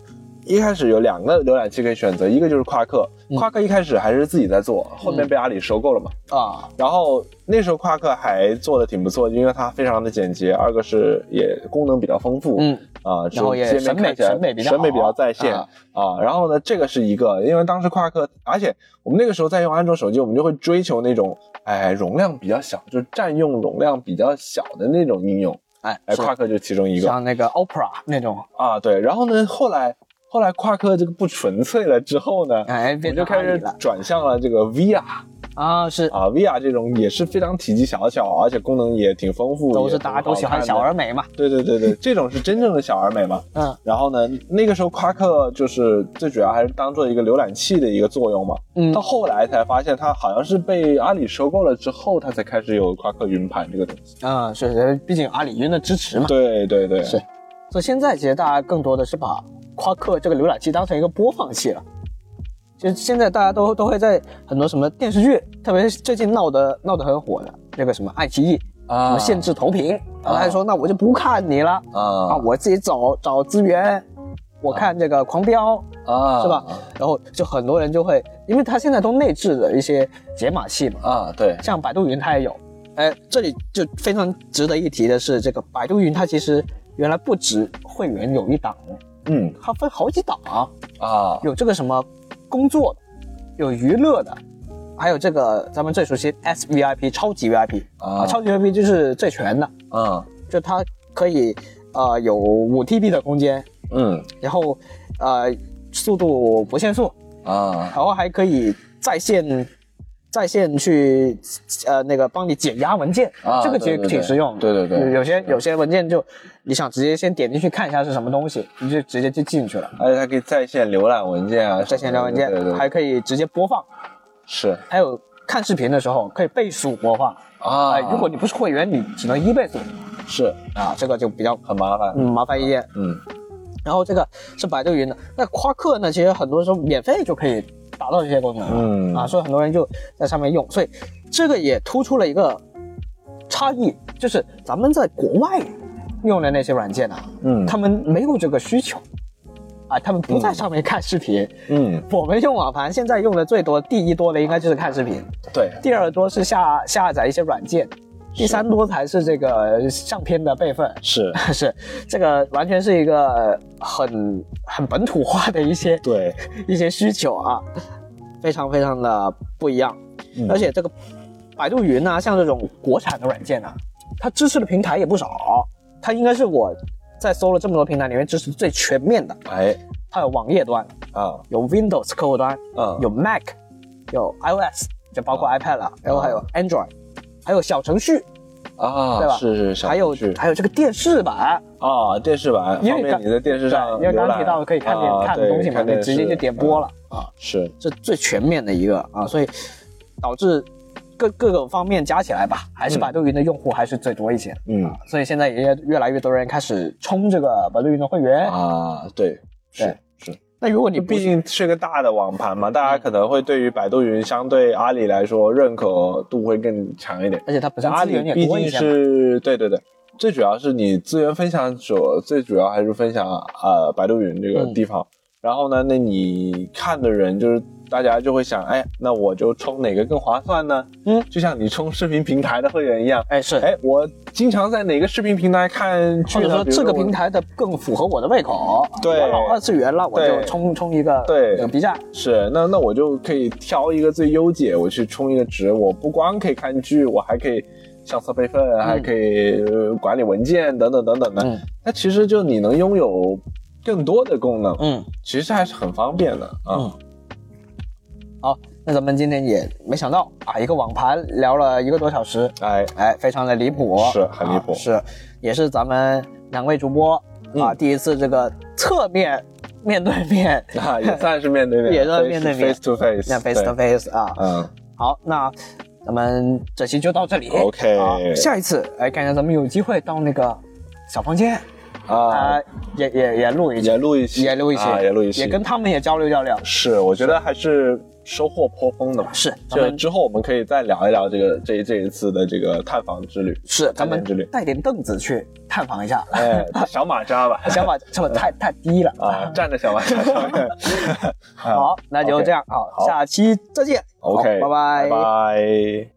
一开始有两个浏览器可以选择，一个就是夸克，嗯夸克一开始还是自己在做，后面被阿里收购了嘛，啊，然后那时候夸克还做的挺不错，因为它非常的简洁，二个是也功能比较丰富，嗯，啊，然后也就界面审美看起来审美比较审美比好较在线啊啊然后呢，这个是一个，因为当时夸克，而且我们那个时候在用安卓手机，我们就会追求那种哎容量比较小，就占用容量比较小的那种应用，哎哎，夸克就其中一个像那个 Opera 那种，啊，对。然后呢，后来后来夸克这个不纯粹了之后呢，哎，我变们就成开阿里始了转向了这个 VR 啊，是啊，VR 这种也是非常体积小巧，而且功能也挺丰富，都是也大挺家都好喜欢看小的而美嘛，对对对对，这种是真正的小而美嘛。嗯然后呢，那个时候夸克就是最主要还是当做一个浏览器的一个作用嘛。嗯到后来才发现，它好像是被阿里收购了之后，它才开始有夸克云盘这个东西。嗯，是是，毕竟阿里云的支持嘛，对对对，是所以现在其实大家更多的是把夸克这个浏览器当成一个播放器了。其实现在大家都都会在很多什么电视剧，特别是最近闹得闹得很火的那个什么爱奇艺，什啊么限制投屏，然后还说那我就不看你了啊，啊我自己找找资源，我看这个狂飙，啊是吧？然后就很多人就会，因为它现在都内置的一些解码器嘛，啊，对，像百度云它也有。哎，这里就非常值得一提的是，这个百度云它其实原来不止会员有一档，嗯它分好几档啊，啊有这个什么工作的，有娱乐的，还有这个咱们最熟悉 S VIP 超级 VIP 啊超级 VIP 就是最全的，啊就它可以呃有五 TB 的空间，嗯然后呃速度不限速，啊然后还可以在线在线去呃那个帮你解压文件，啊这个其实对对对挺实用的。对对对有有些有些文件就你想直接先点进去看一下是什么东西，你就直接就进去了。而哎且它可以在线浏览文件啊，在线聊文件对对对，还可以直接播放，是还有看视频的时候可以倍速播放。啊哎，如果你不是会员，你只能一倍速是啊，这个就比较很麻烦，嗯麻烦一些。嗯然后这个是百度云的，那夸克呢，其实很多时候免费就可以达到这些功能了，嗯啊，所以很多人就在上面用，所以这个也突出了一个差异，就是咱们在国外用的那些软件呢、啊嗯他们没有这个需求，啊，他们不在上面看视频，嗯我们用网盘现在用的最多，第一多的应该就是看视频，对第二多是下下载一些软件，第三多才是这个相片的备份，是，是这个完全是一个很很本土化的一些对，一些需求啊，非常非常的不一样。嗯而且这个百度云啊，像这种国产的软件啊，它支持的平台也不少，它应该是我在搜了这么多平台里面支持最全面的。哎它有网页端，啊有 Windows 客户端，嗯有 Mac，有 iOS，就包括啊 iPad 了，然后还有 Android，还有小程序，啊，对吧是是是，还有是还有这个电视版，啊，电视版因为方便刚你在电视上对因为刚刚提到可以看电、电啊看的东西嘛，你直接就点播了，啊，是这最全面的一个啊，所以导致各各个方面加起来吧，还是嗯百度云的用户还是最多一些，嗯所以现在也越来越多人开始充这个百度云的会员。啊，对是对是，那如果你不嗯毕竟是个大的网盘嘛，大家可能会对于百度云相对阿里来说认可度会更强一点。而且它本身阿资里源也毕多一竟些嘛，是对对对，最主要是你资源分享者，最主要还是分享呃百度云这个嗯地方。然后呢，那你看的人就是大家就会想，哎，那我就充哪个更划算呢？嗯就像你充视频平台的会员一样，哎是，哎，我经常在哪个视频平台看剧或者呢？说比如这个我平台的更符合我的胃口，对我老二次元了，我就对充充一个对这个 B 站，是，那那我就可以挑一个最优解，我去充一个值。我不光可以看剧，我还可以相册备份，还可以、呃管理文件等等等等的。嗯那其实就你能拥有更多的功能，嗯，其实还是很方便的啊。好，那咱们今天也没想到啊，一个网盘聊了一个多小时，哎， 哎，非常的离谱，是很离谱嗯啊是，也是咱们两位主播啊、第一次这个侧面面对面，那也算是面对 面，也算面对面 face to face，那 face to 对 face 啊，嗯，好，那咱们这期就到这里 OK 啊下一次哎，看一下咱们有机会到那个小房间啊啊，，也也也录一期也。录一期，也录一期，啊也录一期，也跟他们也交流交流。是，我觉得还是收获颇丰的吧。是，咱就们之后我们可以再聊一聊这个这这一次的这个探访 之旅，是，咱探们店之旅。带点凳子去探访一下。哎，小马扎吧，想法这么太太低了啊，站着小马扎上 面。好，那就 OK 这样，好，好下期再见。好 OK，拜拜拜。